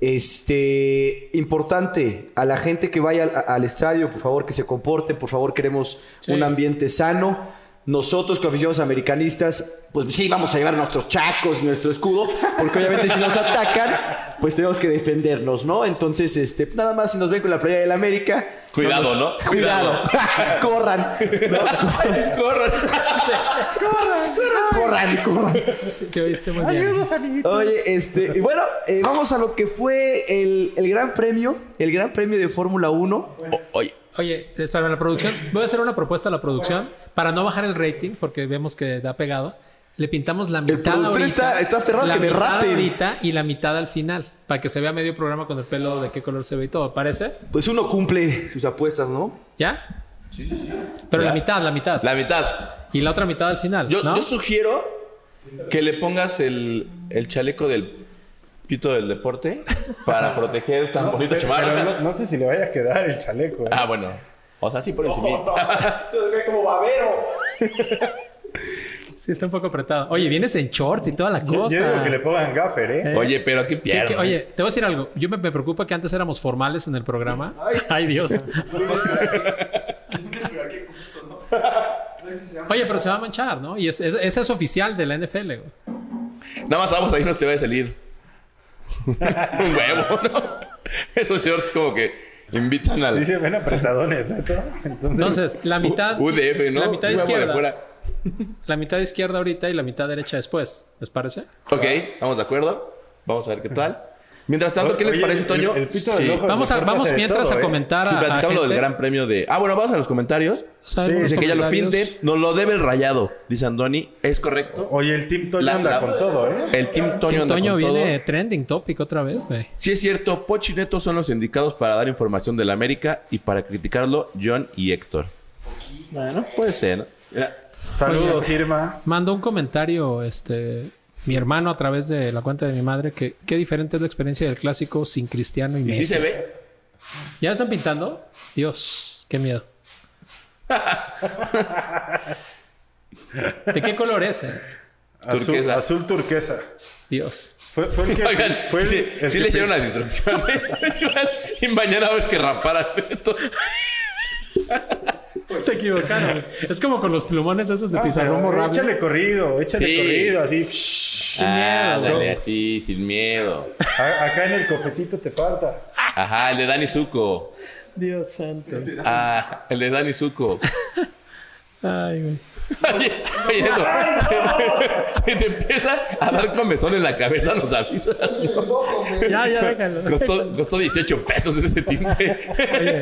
Speaker 1: Este, importante, a la gente que vaya al, a- al estadio, por favor, que se comporten, por favor, queremos
Speaker 3: Sí.
Speaker 1: un ambiente sano. Nosotros, como aficionados americanistas, pues sí, vamos a llevar nuestros chacos, nuestro escudo, porque obviamente si nos atacan, pues tenemos que defendernos, ¿no? Entonces, este, nada más si nos ven con la playa del América,
Speaker 2: Cuidado,
Speaker 1: nos-
Speaker 2: ¿no?
Speaker 1: Cuidado. Corran.
Speaker 2: Corran.
Speaker 1: Corran, corran.
Speaker 3: Sí, Te oíste muy bien.
Speaker 1: Oye, este, y bueno, eh, vamos a lo que fue el, el gran premio, el gran premio de Fórmula 1.
Speaker 2: O- oye,
Speaker 3: Oye, espera, la producción. Voy a hacer una propuesta a la producción para no bajar el rating, porque vemos que da pegado. Le pintamos la mitad
Speaker 1: productor
Speaker 3: ahorita.
Speaker 1: está- está aferrado
Speaker 3: la
Speaker 1: que me
Speaker 3: mitad
Speaker 1: rapen.
Speaker 3: ahorita y la mitad al final, para que se vea medio programa con el pelo de qué color se ve y todo. ¿Parece?
Speaker 1: Pues uno cumple sus apuestas, ¿no?
Speaker 3: ¿Ya? Sí, sí, sí. Pero la mitad, la mitad.
Speaker 2: la mitad.
Speaker 3: Y la otra mitad al final,
Speaker 2: Yo,
Speaker 3: ¿no?
Speaker 2: yo sugiero que le pongas el, el chaleco del pito del deporte para proteger tan bonito
Speaker 4: Pero-
Speaker 2: chamarra.
Speaker 4: pero no, no sé si le vaya a quedar el chaleco. ¿eh?
Speaker 2: Ah, bueno. O sea, sí por encima.
Speaker 3: Sí, está un poco apretado. Oye, vienes en shorts y toda la
Speaker 4: yo,
Speaker 3: cosa.
Speaker 4: yo digo que le ¿eh? pongan gaffer, ¿eh?
Speaker 3: Eh,
Speaker 2: Oye, pero qué
Speaker 3: que- que-
Speaker 2: pierdo.
Speaker 3: oye, te voy a decir algo. Yo me, me preocupa que antes éramos formales en el programa. Ay, Dios. Oye, pero se va a manchar, ¿no? Y es- es- esa es oficial de la NFL. güey.
Speaker 2: Nada más vamos ahí, no te va a salir. Un huevo, ¿no? Esos shorts como que invitan al
Speaker 4: Sí, se ven apretadones, neto. Entonces,
Speaker 3: Entonces, la mitad.
Speaker 2: UDF, ¿no?
Speaker 3: La mitad
Speaker 2: Un huevo de
Speaker 3: izquierda.
Speaker 2: fuera.
Speaker 3: La mitad izquierda ahorita y la mitad derecha después. ¿Les parece?
Speaker 4: Pues
Speaker 2: Ok, estamos de acuerdo. Vamos a ver qué tal. Mientras tanto, ¿qué les
Speaker 4: Oye,
Speaker 2: parece,
Speaker 4: el-
Speaker 2: Toño?
Speaker 4: el pito del ojo- Pues
Speaker 3: Vamos, a,
Speaker 4: mejor que
Speaker 3: vamos
Speaker 4: hace de
Speaker 3: mientras
Speaker 4: todo,
Speaker 3: a
Speaker 4: ¿eh?
Speaker 3: comentar.
Speaker 2: Sí,
Speaker 3: a- a
Speaker 2: platicamos lo del
Speaker 3: gente.
Speaker 2: Gran Premio de. Ah, bueno, vamos a los comentarios.
Speaker 3: O sea,
Speaker 4: Sí,
Speaker 3: algunos
Speaker 4: de
Speaker 2: Que ya lo
Speaker 3: comentarios.
Speaker 2: pinte, nos lo debe el rayado, dice Andoni. Es correcto.
Speaker 4: Oye, el Team Toño
Speaker 2: La-
Speaker 4: anda
Speaker 2: la-
Speaker 4: con todo, ¿eh?
Speaker 2: El Team Toño anda
Speaker 3: Toño
Speaker 2: con
Speaker 3: viene
Speaker 2: todo.
Speaker 3: trending topic otra vez, güey.
Speaker 2: Si es cierto, Poch y Neto son los indicados para dar información de la América y para criticarlo John y Héctor. Bueno, puede ser, ¿no?
Speaker 4: Saludos,
Speaker 3: Saludos.
Speaker 4: Irma.
Speaker 3: Mandó un comentario, este, mi hermano a través de la cuenta de mi madre, que qué diferente es la experiencia del clásico sin Cristiano y
Speaker 2: ¿Y
Speaker 3: Messi.
Speaker 2: sí se ve?
Speaker 3: ¿Ya están pintando? Dios, qué miedo. ¿De qué color es? eh?
Speaker 4: Azul,
Speaker 2: Turquesa.
Speaker 4: azul turquesa.
Speaker 3: Dios.
Speaker 4: Fue, fue el que.
Speaker 2: Oigan,
Speaker 4: fue el-
Speaker 2: sí,
Speaker 4: el
Speaker 2: sí
Speaker 4: que- Ah,
Speaker 2: leyeron las instrucciones. y mañana va a haber que rapar al Beto.
Speaker 3: Se equivocaron. güey. Es como con los plumones esos de
Speaker 4: Ah,
Speaker 3: pizarrón
Speaker 4: pero
Speaker 3: borrable.
Speaker 4: Échale corrido, échale
Speaker 2: Sí.
Speaker 4: corrido, así. psh.
Speaker 3: Sin
Speaker 2: Ah,
Speaker 3: miedo,
Speaker 2: dale
Speaker 3: bro.
Speaker 2: así, sin miedo.
Speaker 4: A- acá en el copetito te falta.
Speaker 2: Ajá, el de Dani Zuko.
Speaker 3: Dios santo.
Speaker 2: Ah, el de Dani Zuko.
Speaker 3: Ay, güey.
Speaker 2: Oye, oye, eso, si, te, si te empieza a dar comezón en la cabeza, nos avisas.
Speaker 3: Ya, ya, déjalo.
Speaker 2: Costó, costó 18 pesos ese tinte.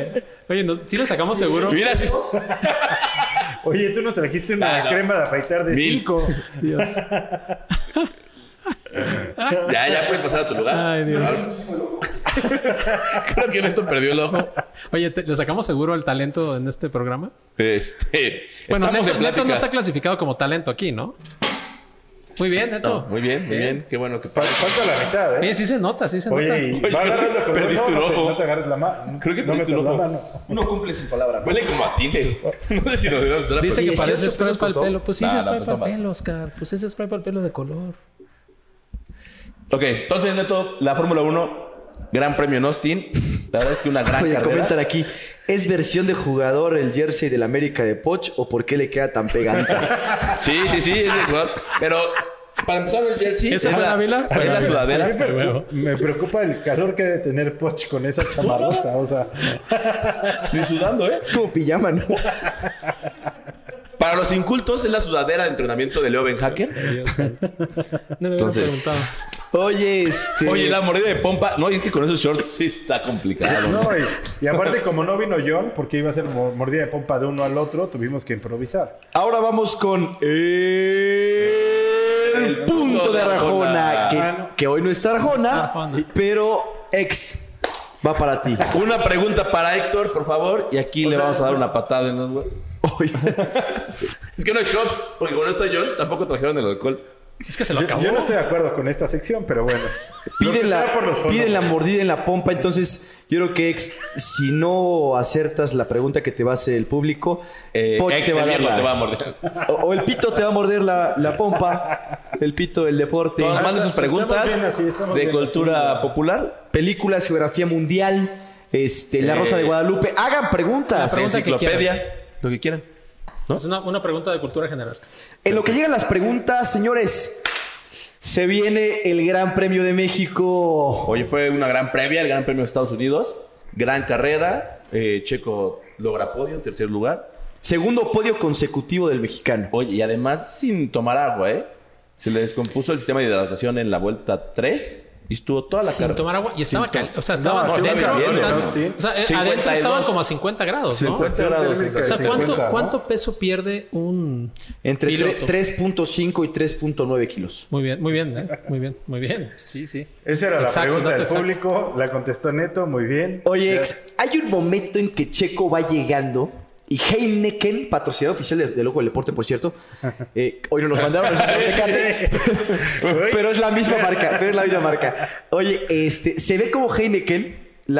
Speaker 3: Oye, oye ¿no- ¿sí lo sacamos seguro?
Speaker 2: Mira, sí-
Speaker 4: Oye, tú nos trajiste una
Speaker 2: Ah, no.
Speaker 4: crema de afeitar de
Speaker 2: Mil.
Speaker 4: 5.
Speaker 3: Dios.
Speaker 2: ya, ya puedes pasar a tu lugar.
Speaker 3: Ay, Dios.
Speaker 2: Creo que Neto perdió el ojo.
Speaker 3: Oye, ¿te- ¿le sacamos seguro al talento en este programa?
Speaker 2: Este,
Speaker 3: Bueno,
Speaker 2: estamos
Speaker 3: Neto,
Speaker 2: en
Speaker 3: Neto no
Speaker 2: pláticas.
Speaker 3: está clasificado como talento aquí, ¿no? Muy bien, Neto.
Speaker 2: No, muy bien, muy bien. Qué bueno que
Speaker 4: Fal-
Speaker 2: pasa.
Speaker 4: Falta la mitad, ¿eh?
Speaker 3: Oye, sí se nota, sí se nota.
Speaker 4: Oye, y
Speaker 2: Oye,
Speaker 4: va agarrando como...
Speaker 2: perdiste
Speaker 4: no, no
Speaker 2: un
Speaker 4: te-
Speaker 2: ojo.
Speaker 4: No te agarres la mano.
Speaker 2: Creo que
Speaker 4: no
Speaker 2: perdiste
Speaker 4: metas
Speaker 2: un
Speaker 4: la
Speaker 2: ojo.
Speaker 4: mano.
Speaker 1: Uno cumple su palabra. ¿no?
Speaker 2: Huele como a Tinder. No sé si nos debemos empezar a
Speaker 3: Dice que
Speaker 1: 18
Speaker 3: parece
Speaker 1: pesos
Speaker 3: spray para el
Speaker 1: costó.
Speaker 3: pelo. Pues sí,
Speaker 2: No,
Speaker 3: es
Speaker 2: no,
Speaker 3: spray
Speaker 2: pues
Speaker 3: para
Speaker 2: no
Speaker 3: el
Speaker 2: más.
Speaker 3: pelo, Oscar. Pues es spray para el pelo de color.
Speaker 2: Ok, entonces, Neto, la Fórmula 1, gran premio en Austin. La verdad es que una gran
Speaker 1: Oye,
Speaker 2: carrera.
Speaker 1: comentan aquí, ¿es versión de jugador el jersey del América de Poch o por qué le queda tan pegadita?
Speaker 2: Sí, sí, sí, es de jugador. Pero para empezar el jersey,
Speaker 3: ¿Esa fue la vela?
Speaker 2: Fue la
Speaker 3: Sí,
Speaker 2: sudadera.
Speaker 3: sí, pero bueno.
Speaker 4: Me preocupa el calor que debe tener Poch con esa chamarrota, o sea...
Speaker 2: Ni sudando, ¿eh?
Speaker 1: es como pijama, ¿no?
Speaker 2: Para los incultos es la sudadera de entrenamiento de Leo Ben Hacker.
Speaker 3: Dios santo. No le hubiera
Speaker 2: Entonces-
Speaker 3: preguntado.
Speaker 1: Oye, este...
Speaker 2: Oye, la mordida de pompa. No, y es que con esos shorts sí está complicado.
Speaker 4: No, y, y aparte como no vino John, porque iba a ser mo- mordida de pompa de uno al otro, tuvimos que improvisar.
Speaker 1: Ahora vamos con el punto de Arjona,
Speaker 4: Arjona.
Speaker 1: que, que hoy no está
Speaker 3: está
Speaker 1: Arjona,
Speaker 3: Arjona.
Speaker 1: pero ex va para ti.
Speaker 2: Una pregunta para Héctor, por favor. Y aquí le vamos a dar una patada en los hue-
Speaker 1: Oye,
Speaker 2: Es que no hay shots, porque con esto John tampoco trajeron el alcohol.
Speaker 3: Es que se lo
Speaker 4: Yo,
Speaker 3: acabó.
Speaker 4: yo no estoy de acuerdo con esta sección, pero bueno. Lo que
Speaker 1: piden,
Speaker 4: sea por los
Speaker 1: la,
Speaker 4: fondos.
Speaker 1: piden la mordida en la pompa, entonces yo creo que ex, si no acertas la pregunta que te va a hacer el público,
Speaker 2: Eh,
Speaker 1: Poch
Speaker 2: Héctor
Speaker 1: te va a dar
Speaker 2: mierda,
Speaker 1: la-
Speaker 2: te va a morder.
Speaker 1: O, o el pito te va a morder la, la pompa. El pito del deporte.
Speaker 2: Todos manden sus
Speaker 4: estamos
Speaker 2: preguntas
Speaker 4: bien así, estamos
Speaker 2: de
Speaker 4: bien
Speaker 2: cultura
Speaker 4: así.
Speaker 2: popular.
Speaker 1: Películas, geografía mundial. Este, La Rosa de
Speaker 2: Eh,
Speaker 1: Guadalupe. Hagan preguntas.
Speaker 3: la pregunta- que
Speaker 2: Enciclopedia, lo que quieran.
Speaker 3: Es una, una pregunta de cultura general.
Speaker 1: En lo que llegan las preguntas, señores, se viene el Gran Premio de México.
Speaker 2: Oye, fue una gran previa, el Gran Premio de Estados Unidos. Gran carrera. eh, Checo logra podio, tercer lugar.
Speaker 1: Segundo podio consecutivo del mexicano.
Speaker 2: Oye, y además sin tomar agua, ¿eh? Se le descompuso el sistema de hidratación en la vuelta 3 y estuvo toda la
Speaker 3: Sin
Speaker 2: carrera.
Speaker 3: tomar agua. Y estaba caliente. O sea,
Speaker 4: No,
Speaker 3: estaba
Speaker 4: sí,
Speaker 3: adentro.
Speaker 4: bien,
Speaker 3: estaban-
Speaker 4: bien, bien.
Speaker 3: o sea, eh,
Speaker 2: 52.
Speaker 3: adentro estaban como a 50 grados, ¿no?
Speaker 2: 50 grados.
Speaker 4: O
Speaker 3: O sea, ¿cuánto,
Speaker 4: 50, ¿no?
Speaker 3: cuánto peso pierde un
Speaker 1: Entre tre-
Speaker 3: piloto?
Speaker 1: 3.5 y 3.9 kilos.
Speaker 3: Muy bien, muy bien, ¿eh? muy bien, muy bien. Sí, sí.
Speaker 4: Esa era
Speaker 3: Exacto,
Speaker 4: la pregunta del
Speaker 3: dato exacto.
Speaker 4: público, la contestó Neto, muy bien.
Speaker 1: Oye,
Speaker 4: Ya.
Speaker 1: ex, hay un momento en que Checo va llegando y Heineken, patrocinador oficial de- del Ojo del Deporte, por cierto, eh, hoy no nos mandaron el Tecate,
Speaker 4: Uy,
Speaker 1: pero es la misma marca, pero es la misma marca. Oye, este, se ve como Heineken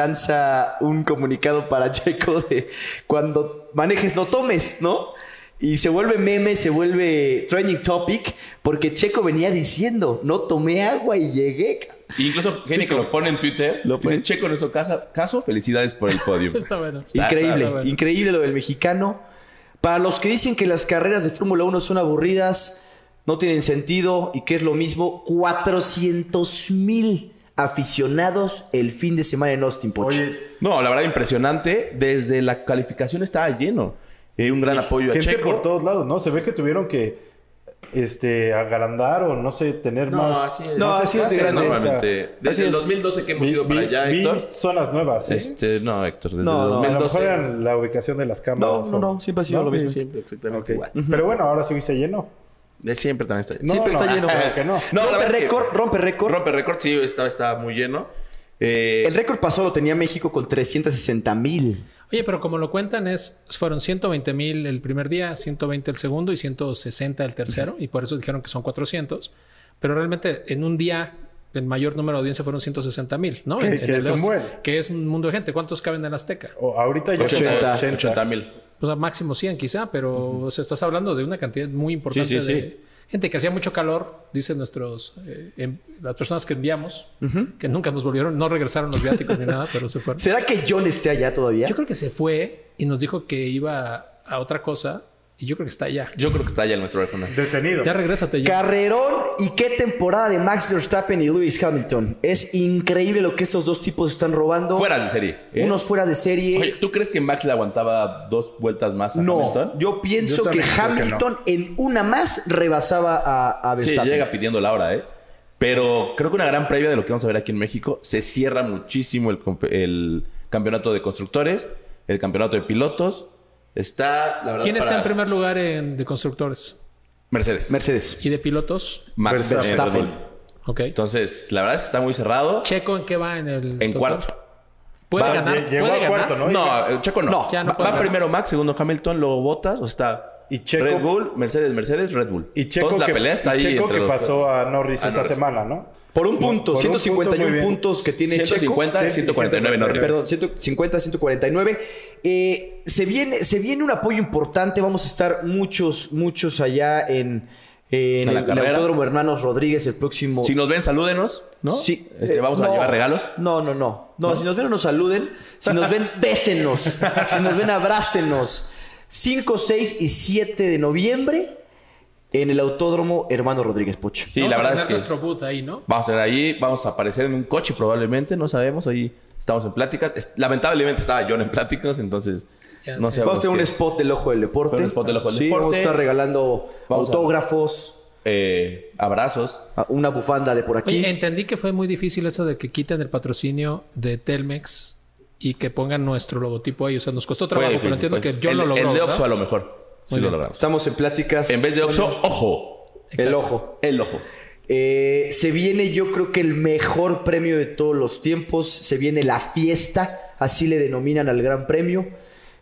Speaker 1: lanza un comunicado para Checo de cuando manejes no tomes, ¿no? Y se vuelve meme, se vuelve trending topic, porque Checo venía diciendo, no tomé agua y llegué. ca-".
Speaker 2: Y incluso Jenny que lo pone en Twitter.
Speaker 1: Lo pone.
Speaker 2: Dice, Checo en nuestro caso, caso, felicidades por el podio.
Speaker 3: Está bueno.
Speaker 1: Está, Increíble,
Speaker 3: está bueno.
Speaker 1: increíble lo del mexicano. Para los que dicen que las carreras de Fórmula 1 son aburridas, no tienen sentido y que es lo mismo, 400 mil aficionados el fin de semana en Austin Poch.
Speaker 4: Oye,
Speaker 2: No, la verdad impresionante. Desde la calificación estaba lleno. Eh, un gran apoyo a
Speaker 4: gente
Speaker 2: Checo.
Speaker 4: por todos lados, ¿no? Se ve que tuvieron que este agrandar o no sé, tener
Speaker 2: No,
Speaker 4: más.
Speaker 2: así es.
Speaker 1: No,
Speaker 4: más
Speaker 1: así es de
Speaker 4: espacio,
Speaker 1: grande,
Speaker 4: ¿no? O sea,
Speaker 2: Normalmente.
Speaker 1: así
Speaker 2: Desde el
Speaker 1: es.
Speaker 2: 2012 que hemos
Speaker 4: vi-
Speaker 2: ido para
Speaker 4: vi-
Speaker 2: allá,
Speaker 4: vi
Speaker 2: Héctor.
Speaker 4: zonas nuevas, ¿eh?
Speaker 2: Este, no, Héctor, desde
Speaker 1: No, no,
Speaker 2: el
Speaker 4: A lo
Speaker 2: 2012.
Speaker 4: mejor era la ubicación de las
Speaker 1: no,
Speaker 4: cámaras.
Speaker 1: no,
Speaker 4: o-
Speaker 1: no, siempre ha sido
Speaker 4: No,
Speaker 1: lo mismo.
Speaker 2: Siempre exactamente
Speaker 4: Ok.
Speaker 2: igual.
Speaker 4: Pero bueno, ahora sí se llenó.
Speaker 2: De siempre también está lleno.
Speaker 4: No,
Speaker 1: siempre
Speaker 4: no,
Speaker 1: está lleno.
Speaker 4: claro que no.
Speaker 2: No, la
Speaker 1: rompe
Speaker 2: verdad es que-
Speaker 1: récord, rompe récord.
Speaker 2: Rompe récord, sí, estaba, estaba muy lleno. Eh,
Speaker 1: El récord pasado lo tenía México con 360 mil.
Speaker 3: Oye, pero como lo cuentan, es fueron 120 mil el primer día, 120 el segundo y 160 el tercero, y por eso dijeron que son 400. Pero realmente en un día, el mayor número de audiencia fueron 160 mil, ¿no?
Speaker 4: Que-
Speaker 3: En- en
Speaker 4: que
Speaker 3: el
Speaker 4: es un
Speaker 3: dos-
Speaker 4: buen.
Speaker 3: que es un mundo de gente. ¿Cuántos caben en Azteca?
Speaker 4: O ahorita ya
Speaker 2: 80,
Speaker 1: 80.
Speaker 2: 80 mil.
Speaker 3: O sea, máximo 100 quizá, pero o sea, estás hablando de una cantidad muy importante
Speaker 2: Sí, sí,
Speaker 3: de
Speaker 2: sí.
Speaker 3: gente que hacía mucho calor, dicen nuestros, eh, em- las personas que enviamos, que nunca nos volvieron, no regresaron los viáticos ni nada, pero se fueron.
Speaker 1: ¿Será que John esté allá todavía?
Speaker 3: Yo creo que se fue y nos dijo que iba a otra cosa y yo creo que está allá.
Speaker 2: Yo creo que está ya el nuestro Arjona.
Speaker 4: detenido.
Speaker 3: Ya regrésate. ya.
Speaker 1: Carrerón y qué temporada de Max Verstappen y Lewis Hamilton. Es increíble lo que estos dos tipos están robando.
Speaker 2: Fuera de serie. ¿eh?
Speaker 1: Unos fuera de serie.
Speaker 2: Oye, ¿tú crees que Max le aguantaba dos vueltas más a
Speaker 1: no,
Speaker 2: Hamilton?
Speaker 1: yo
Speaker 4: Yo
Speaker 1: pienso que
Speaker 4: también creo que no.
Speaker 1: Hamilton en una más rebasaba a, a
Speaker 2: Sí,
Speaker 1: Verstappen.
Speaker 2: llega pidiendo la hora, ¿eh? Pero creo que una gran previa de lo que vamos a ver aquí en México, se cierra muchísimo el, comp- el campeonato de constructores, el campeonato de pilotos. Está, la verdad,
Speaker 3: ¿Quién está
Speaker 2: para-
Speaker 3: en primer lugar en- de constructores
Speaker 2: Mercedes.
Speaker 1: Mercedes.
Speaker 3: y de pilotos?
Speaker 2: Max
Speaker 4: Verstappen.
Speaker 2: eh, Red Bull.
Speaker 3: Ok.
Speaker 2: Entonces, la verdad es que está muy cerrado.
Speaker 3: Checo, ¿en qué va en el.
Speaker 2: En
Speaker 3: total?
Speaker 2: cuarto.
Speaker 3: Puede
Speaker 2: Va,
Speaker 3: ganar.
Speaker 4: lle- llegó
Speaker 3: puede
Speaker 4: a
Speaker 3: ganar.
Speaker 4: cuarto, ¿no?
Speaker 2: No, eh, Checo no.
Speaker 1: No,
Speaker 3: ya no
Speaker 2: va
Speaker 3: puede
Speaker 2: va
Speaker 3: ganar.
Speaker 2: primero Max, segundo Hamilton, luego Botas, o está
Speaker 4: Y Checo-
Speaker 2: Red Bull, Mercedes, Mercedes, Red Bull.
Speaker 4: Y Checo
Speaker 2: Entonces,
Speaker 4: que,
Speaker 2: la pelea está
Speaker 4: y
Speaker 2: ahí
Speaker 4: Checo
Speaker 2: entre
Speaker 4: que
Speaker 2: los Ah,
Speaker 4: pasó a Norris
Speaker 2: a
Speaker 4: esta
Speaker 2: Norris.
Speaker 4: semana, ¿no?
Speaker 1: Por un punto,
Speaker 4: Por un punto,
Speaker 1: 151
Speaker 4: muy bien.
Speaker 1: puntos que tiene Checo.
Speaker 2: 150,
Speaker 4: Checo.
Speaker 2: 149, no, Norris.
Speaker 1: Perdón, 150, 149. Eh, se, viene, se viene un apoyo importante. Vamos a estar muchos, muchos allá en, en
Speaker 2: A
Speaker 1: el,
Speaker 2: la
Speaker 1: el
Speaker 2: carrera.
Speaker 1: Autódromo Hermanos Rodríguez el próximo.
Speaker 2: Si nos ven, salúdenos, ¿no?
Speaker 1: Sí.
Speaker 2: Este,
Speaker 1: Eh,
Speaker 2: vamos a
Speaker 1: no.
Speaker 2: llevar regalos.
Speaker 1: No, no, no, no. si nos ven, nos saluden. Si nos ven, bésenos. si nos ven, abrácenos. 5, 6 y 7 de noviembre en el Autódromo Hermanos Rodríguez Pocho.
Speaker 2: Sí,
Speaker 3: Vamos
Speaker 2: la
Speaker 3: a
Speaker 2: verdad es
Speaker 3: ganar
Speaker 2: que
Speaker 3: nuestro booth ahí, ¿no?
Speaker 2: vamos a estar ahí, vamos a aparecer en un coche probablemente, no sabemos, ahí estamos en pláticas. Es- Lamentablemente estaba John en pláticas, entonces
Speaker 3: Ya
Speaker 2: no
Speaker 3: sé.
Speaker 2: sé.
Speaker 1: Vamos a tener un
Speaker 2: qué-
Speaker 1: spot del Ojo del Deporte.
Speaker 2: Un spot del Ojo del
Speaker 1: Sí, Vamos a
Speaker 2: Deporte.
Speaker 1: estar regalando
Speaker 2: Vamos a-
Speaker 1: autógrafos,
Speaker 2: eh, abrazos.
Speaker 1: a- una bufanda de por aquí.
Speaker 3: Oye, entendí que fue muy difícil eso de que quiten el patrocinio de Telmex y que pongan nuestro logotipo ahí. O sea, nos costó trabajo,
Speaker 2: Fue
Speaker 3: pero
Speaker 2: difícil,
Speaker 3: entiendo
Speaker 2: fue-
Speaker 3: que yo
Speaker 2: el,
Speaker 3: lo logré.
Speaker 2: El de Oxxo a lo mejor. Sí
Speaker 3: Muy
Speaker 2: lo
Speaker 3: bien.
Speaker 2: logramos.
Speaker 1: Estamos en pláticas.
Speaker 2: En vez de Oxxo, ojo.
Speaker 1: El ojo.
Speaker 2: El ojo.
Speaker 1: Eh, se viene, yo creo que el mejor premio de todos los tiempos. Se viene la fiesta, así le denominan al Gran Premio.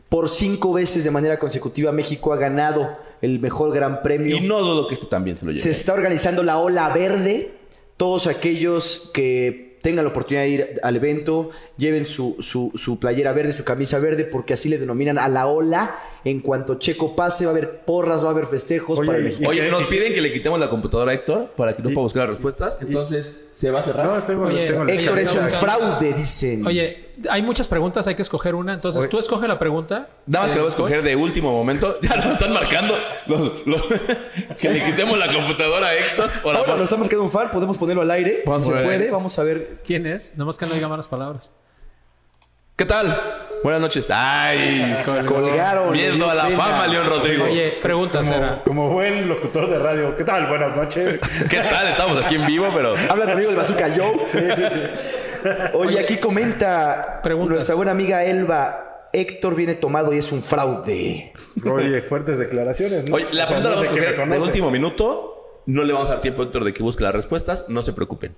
Speaker 1: Por cinco veces de manera consecutiva, México ha ganado el mejor Gran Premio.
Speaker 2: Y no dudo que este también se lo lleve.
Speaker 1: Se está organizando la ola verde. Todos aquellos que tengan la oportunidad de ir al evento, lleven su, su- su playera verde, su camisa verde, porque así le denominan a la ola. En cuanto Checo pase, va a haber porras, va a haber festejos
Speaker 4: Oye,
Speaker 1: para
Speaker 4: y-
Speaker 1: México.
Speaker 2: Oye, nos piden que le quitemos la computadora a Héctor para que no pueda buscar las respuestas. Entonces, se va a cerrar.
Speaker 4: No, tengo,
Speaker 3: Oye,
Speaker 4: tengo la-
Speaker 1: Héctor
Speaker 3: oye,
Speaker 1: es un
Speaker 3: estamos-
Speaker 1: fraude, dicen.
Speaker 3: Oye, hay muchas preguntas, hay que escoger una. Entonces, tú escoge la pregunta.
Speaker 2: Nada más que
Speaker 3: Eh,
Speaker 2: lo voy a escoger de último momento. Ya nos están marcando. los- los- que le quitemos la computadora a Héctor. O la
Speaker 1: Ahora
Speaker 2: pon-
Speaker 1: nos está marcando un fan, podemos ponerlo al aire.
Speaker 2: Vamos
Speaker 1: si
Speaker 2: a
Speaker 1: se
Speaker 2: ver.
Speaker 1: puede, vamos a ver.
Speaker 3: ¿Quién es? Nada más que no diga malas palabras.
Speaker 2: ¿Qué tal? Buenas noches. Ay,
Speaker 1: Colgaron. le
Speaker 2: viendo
Speaker 1: dio
Speaker 2: a la
Speaker 1: pena.
Speaker 2: fama, León Rodrigo.
Speaker 3: Oye, pregunta,
Speaker 4: como,
Speaker 3: Sara.
Speaker 4: como buen locutor de radio. ¿Qué tal? Buenas noches.
Speaker 2: ¿Qué tal? Estamos aquí en vivo, pero.
Speaker 1: Habla conmigo el Bazooka Joe. Oye, aquí comenta
Speaker 3: Preguntas.
Speaker 1: nuestra buena amiga Elba. Héctor viene tomado y es un fraude.
Speaker 4: Oye, eh, fuertes declaraciones, ¿no?
Speaker 2: Oye, la
Speaker 4: O sea,
Speaker 2: pregunta la
Speaker 4: no
Speaker 2: vamos
Speaker 4: sé
Speaker 2: a
Speaker 4: qué
Speaker 2: escoger
Speaker 4: reconoce.
Speaker 2: de último minuto. No le vamos a dar tiempo a Héctor de que busque las respuestas. No se preocupen.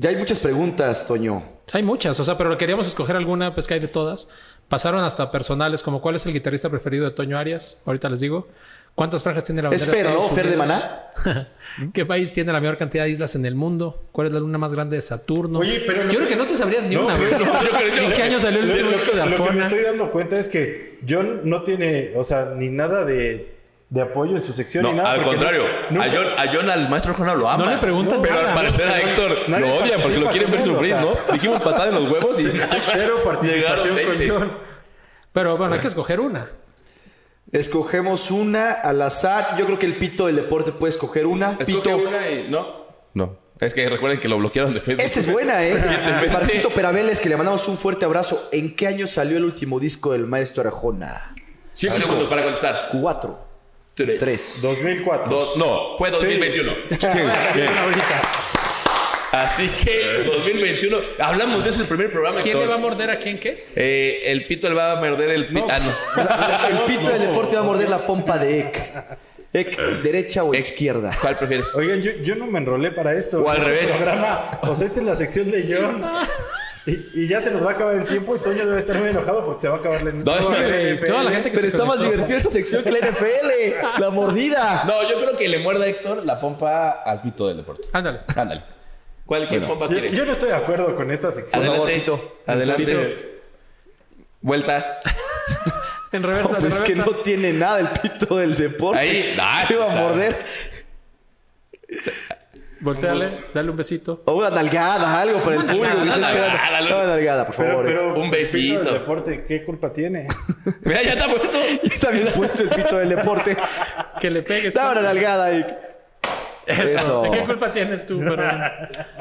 Speaker 1: Ya hay muchas preguntas, Toño.
Speaker 3: Hay muchas, o sea, pero queríamos escoger alguna, pues que hay de todas. Pasaron hasta personales, como cuál es el guitarrista preferido de Toño Arias. Ahorita les digo. ¿Cuántas franjas tiene la
Speaker 1: Es
Speaker 3: bandera de
Speaker 1: Fer, ¿no?
Speaker 3: Estados
Speaker 1: Fer de
Speaker 3: Unidos? ¿Mm?
Speaker 1: Maná.
Speaker 3: ¿Qué país tiene la mayor cantidad de islas en el mundo? ¿Cuál es la luna más grande de Saturno?
Speaker 4: Oye, pero
Speaker 3: Yo
Speaker 4: lo
Speaker 3: creo
Speaker 4: que-
Speaker 3: que no te sabrías ni una, güey.
Speaker 4: no,
Speaker 3: ¿En qué año salió el
Speaker 4: Lo-
Speaker 3: último
Speaker 4: lo-
Speaker 3: disco de
Speaker 4: lo que me
Speaker 3: Arjona?
Speaker 4: estoy dando cuenta es que John no tiene, o sea, ni nada de, de apoyo en su sección
Speaker 2: No,
Speaker 4: ni nada.
Speaker 2: al
Speaker 4: porque
Speaker 2: contrario.
Speaker 4: nunca-
Speaker 2: a, John, a John, al maestro Jona lo ama.
Speaker 3: No le preguntan
Speaker 2: Pero
Speaker 3: nada.
Speaker 2: al parecer a Héctor
Speaker 4: Nadie
Speaker 2: lo odian porque lo
Speaker 4: participa
Speaker 2: quieren ver
Speaker 4: con él,
Speaker 2: sufrir,
Speaker 4: o sea.
Speaker 2: ¿no? Dijimos patada en los huevos y.
Speaker 4: Cero participación
Speaker 2: Llegaron
Speaker 4: con
Speaker 2: 20.
Speaker 4: John.
Speaker 3: Pero bueno, hay que escoger una.
Speaker 1: Escogemos una al azar. Yo creo que el pito del deporte puede escoger una.
Speaker 2: Escoge
Speaker 1: pito.
Speaker 2: una y- No. No. Es que recuerden que lo bloquearon de Facebook.
Speaker 4: Este
Speaker 1: Esta es buena, ¿eh?
Speaker 2: Recientemente.
Speaker 1: Para Pito Perabeles, que le mandamos un fuerte abrazo. ¿En qué año salió el último disco del maestro Arjona?
Speaker 2: 100 segundos para contestar.
Speaker 1: Cuatro.
Speaker 2: 3,
Speaker 1: Tres.
Speaker 4: 2004.
Speaker 2: Dos, no, fue 2021.
Speaker 3: Voy a sacar una ahorita.
Speaker 2: Así que 2021, hablamos de eso en el primer programa.
Speaker 3: ¿Quién le
Speaker 2: Héctor.
Speaker 3: va a morder a quién qué?
Speaker 2: Eh, el pito le va a morder el pito. Ah, no.
Speaker 1: El pito del deporte va a morder la pompa de Ek. Ek, derecha o izquierda.
Speaker 2: ¿Cuál prefieres?
Speaker 4: Oigan, yo, yo no me enrolé para esto.
Speaker 2: O al
Speaker 4: Este
Speaker 2: revés.
Speaker 4: programa. O sea, esta es la sección de John. Y, y ya se nos va a acabar el tiempo y Toño debe estar muy enojado porque se va a acabar la
Speaker 2: No, espera,
Speaker 3: güey, toda la gente que
Speaker 1: Pero
Speaker 3: se
Speaker 1: está más
Speaker 3: conectó.
Speaker 1: divertida esta sección que la NFL. La mordida.
Speaker 2: No, yo creo que le muerda a Héctor la pompa al pito del deporte.
Speaker 3: Ándale.
Speaker 2: Ándale. ¿Cuál qué pompa
Speaker 4: Yo,
Speaker 2: quieres?
Speaker 4: yo no estoy de acuerdo con esta sección.
Speaker 1: Adelante. favor,
Speaker 2: Adelante.
Speaker 4: Dice,
Speaker 2: Vuelta.
Speaker 3: En
Speaker 1: No,
Speaker 3: reversa, en
Speaker 1: pues es que
Speaker 3: reversa.
Speaker 1: no tiene nada el pito del deporte.
Speaker 2: Ahí. Ah,
Speaker 1: Te iba a
Speaker 2: está.
Speaker 1: morder.
Speaker 3: Volteale, dale un besito.
Speaker 1: O una nalgada, algo para el
Speaker 3: Una
Speaker 1: público. que
Speaker 2: nalgada,
Speaker 1: está esperando.
Speaker 2: nalgada,
Speaker 1: Una nalgada, por
Speaker 4: pero,
Speaker 1: favor.
Speaker 4: pero,
Speaker 2: Un besito.
Speaker 4: el deporte, ¿qué culpa tiene?
Speaker 2: Mira, ya está puesto.
Speaker 1: Está bien puesto el pito del deporte.
Speaker 3: Que le pegues.
Speaker 1: Dame una
Speaker 3: papá.
Speaker 1: nalgada, Eric. Eso.
Speaker 3: Eso. ¿De qué culpa tienes tú? Pero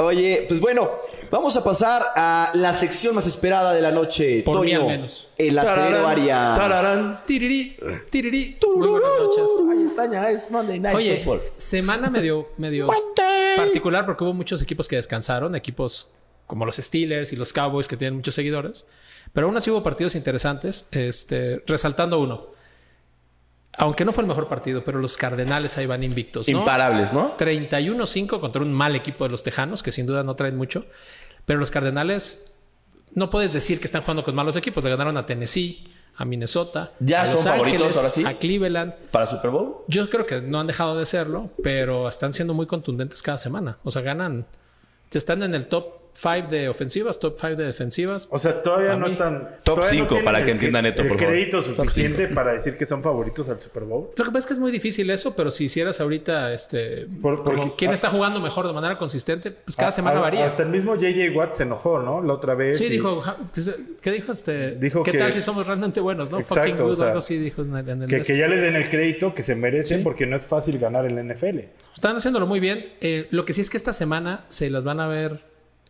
Speaker 1: Oye, pues bueno, vamos a pasar a la sección más esperada de la noche.
Speaker 3: Por mí
Speaker 1: Toño,
Speaker 3: al menos.
Speaker 1: El acero
Speaker 2: Tararán,
Speaker 1: Arias.
Speaker 2: tararán.
Speaker 3: tirirí, tirirí. Muy buenas noches.
Speaker 2: Ay, Taña, es Monday Night
Speaker 3: Oye,
Speaker 2: Football.
Speaker 3: semana medio, medio particular porque hubo muchos equipos que descansaron, equipos como los Steelers y los Cowboys que tienen muchos seguidores, pero aún así hubo partidos interesantes, este, resaltando uno. Aunque no fue el mejor partido, pero los Cardenales ahí van invictos. ¿no?
Speaker 2: Imparables, ¿no?
Speaker 3: 31-5 contra un mal equipo de los Tejanos, que sin duda no traen mucho. Pero los Cardenales, no puedes decir que están jugando con malos equipos. Le ganaron a Tennessee, a Minnesota,
Speaker 2: Ya
Speaker 3: a
Speaker 2: son favoritos, ahora sí.
Speaker 3: a Cleveland.
Speaker 2: Para Super Bowl.
Speaker 3: Yo creo que no han dejado de serlo, pero están siendo muy contundentes cada semana. O sea, ganan. Están en el top 5 de ofensivas, top 5 de defensivas.
Speaker 4: O sea, todavía
Speaker 3: A
Speaker 4: no
Speaker 3: mí.
Speaker 4: están.
Speaker 2: Top
Speaker 4: todavía no
Speaker 2: cinco,
Speaker 4: tienen
Speaker 2: para
Speaker 4: el
Speaker 2: que
Speaker 4: cre-
Speaker 2: entienda Neto,
Speaker 4: el
Speaker 2: por favor.
Speaker 4: crédito
Speaker 2: Top
Speaker 4: suficiente para decir que son favoritos al Super Bowl.
Speaker 3: Lo que pasa es que es muy difícil eso, pero si hicieras ahorita, este,
Speaker 4: Por-
Speaker 3: como
Speaker 4: porque-
Speaker 3: quién
Speaker 4: ah-
Speaker 3: está jugando mejor de manera consistente, pues cada
Speaker 4: A-
Speaker 3: semana
Speaker 4: a-
Speaker 3: varía.
Speaker 4: Hasta el mismo JJ Watt se enojó, ¿no? La otra vez.
Speaker 3: Sí,
Speaker 4: y-
Speaker 3: dijo, ja- ¿qué se- ¿qué dijo este?
Speaker 4: Dijo
Speaker 3: ¿Qué
Speaker 4: que-
Speaker 3: tal si somos realmente buenos, no?
Speaker 4: Exacto,
Speaker 3: Fucking good,
Speaker 4: o sea,
Speaker 3: algo así dijo en el- en el
Speaker 4: Que,
Speaker 3: este.
Speaker 4: que ya les den el crédito que se merecen
Speaker 3: Sí.
Speaker 4: porque no es fácil ganar el NFL.
Speaker 3: Están haciéndolo muy bien. Eh, lo que sí es que esta semana se las van a ver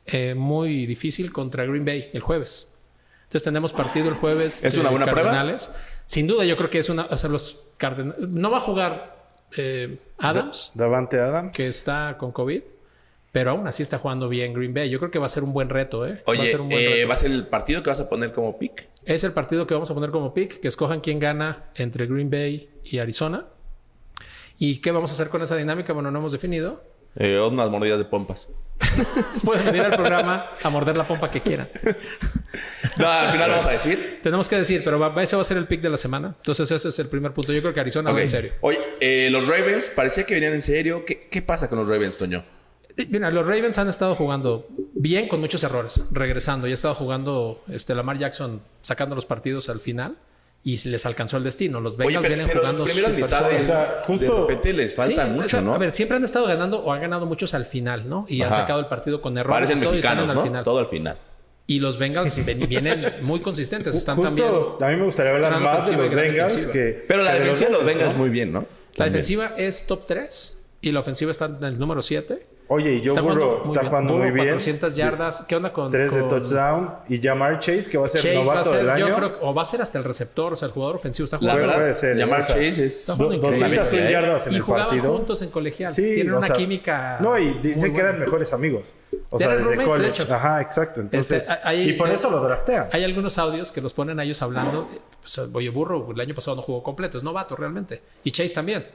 Speaker 3: eh, muy difícil contra Green Bay el jueves. Entonces tenemos partido el jueves.
Speaker 2: ¿Es una buena prueba?
Speaker 3: prueba. Sin duda, yo creo que es una. O sea, los Cardenales. No va a jugar eh, Adams,
Speaker 4: Davante Adams.
Speaker 3: que está con COVID, pero aún así está jugando bien Green Bay. Yo creo que va a ser un buen reto, ¿eh? va a
Speaker 2: Oye,
Speaker 3: ser un buen
Speaker 2: eh,
Speaker 3: reto.
Speaker 2: va a ser el partido que vas a poner como pick.
Speaker 3: Es el partido que vamos a poner como pick, que escojan quién gana entre Green Bay y Arizona. ¿Y qué vamos a hacer con esa dinámica? Bueno, no hemos definido.
Speaker 2: Eh, unas mordidas de pompas.
Speaker 3: Pueden venir al programa a morder la pompa que quieran.
Speaker 2: No, al final vamos a decir.
Speaker 3: Tenemos que decir, pero va- ese va a ser el pick de la semana. Entonces ese es el primer punto. Yo creo que Arizona
Speaker 2: Ok.
Speaker 3: va en serio.
Speaker 2: Oye, eh, los Ravens, parecía que venían en serio. ¿Qué, qué pasa con los Ravens, Toño?
Speaker 3: Eh, Mira, los Ravens han estado jugando bien con muchos errores, regresando. Ya ha estado jugando este, Lamar Jackson sacando los partidos al final y les alcanzó el destino. Los Bengals
Speaker 2: Oye, pero,
Speaker 3: vienen
Speaker 2: pero
Speaker 3: jugando
Speaker 2: sus primeras
Speaker 3: súper
Speaker 2: mitades,
Speaker 3: suaves.
Speaker 4: O sea, justo-
Speaker 2: de repente les falta
Speaker 3: Sí,
Speaker 2: mucho,
Speaker 3: o sea,
Speaker 2: ¿no?
Speaker 3: A ver, siempre han estado ganando o han ganado muchos al final, ¿no? Y
Speaker 2: Ajá.
Speaker 3: han sacado el partido con errores.
Speaker 2: Parecen
Speaker 3: y todo, y salen
Speaker 2: mexicanos,
Speaker 3: al
Speaker 2: ¿no?
Speaker 3: final.
Speaker 2: Todo al final.
Speaker 3: Y los Bengals ven- vienen muy consistentes. Están
Speaker 4: Justo,
Speaker 3: también.
Speaker 4: a mí me gustaría hablar
Speaker 3: gran
Speaker 4: más de
Speaker 3: ofensiva y
Speaker 4: los
Speaker 3: gran
Speaker 4: Bengals
Speaker 3: defensiva.
Speaker 4: que.
Speaker 2: Pero la
Speaker 4: que
Speaker 2: defensiva de los
Speaker 4: Bengals,
Speaker 2: Bengals
Speaker 4: ¿no?
Speaker 2: muy bien, ¿no?
Speaker 3: La
Speaker 2: También.
Speaker 3: defensiva es top 3 y la ofensiva está en el número 7.
Speaker 4: Oye, y Joe Burrow está jugando muy bien.
Speaker 3: 400 yardas. ¿Qué onda con.
Speaker 4: 3 de
Speaker 3: con
Speaker 4: touchdown. Y Jamar Chase, que va a ser
Speaker 3: Chase va a
Speaker 4: novato
Speaker 3: ser,
Speaker 4: del
Speaker 3: yo
Speaker 4: año.
Speaker 3: creo, que- o va a ser hasta el receptor, o sea, el jugador ofensivo está
Speaker 2: La
Speaker 3: jugando.
Speaker 4: puede
Speaker 2: verdad,
Speaker 4: ser, ¿eh?
Speaker 2: llamar
Speaker 4: o sea,
Speaker 2: Chase es...
Speaker 3: Está
Speaker 4: Do-
Speaker 3: jugando increíble.
Speaker 4: 200
Speaker 2: ¿eh?
Speaker 4: yardas en
Speaker 3: y
Speaker 4: el
Speaker 3: jugaban
Speaker 4: partido.
Speaker 3: juntos en colegial.
Speaker 4: Sí,
Speaker 3: Tienen
Speaker 4: o
Speaker 3: una
Speaker 4: sea,
Speaker 3: química.
Speaker 4: No, y
Speaker 3: muy
Speaker 4: dicen que
Speaker 3: buena.
Speaker 4: eran mejores amigos. O sea,
Speaker 3: Eran
Speaker 4: desde
Speaker 3: roommates, de
Speaker 4: college.
Speaker 3: hecho.
Speaker 4: Ajá, exacto. Entonces,
Speaker 3: Este, hay-
Speaker 4: y por
Speaker 3: hay-
Speaker 4: eso lo draftean.
Speaker 3: Hay algunos audios que los ponen a ellos hablando. eh, pues, oye, burro, el año pasado no jugó completo, es novato realmente. Y Chase también.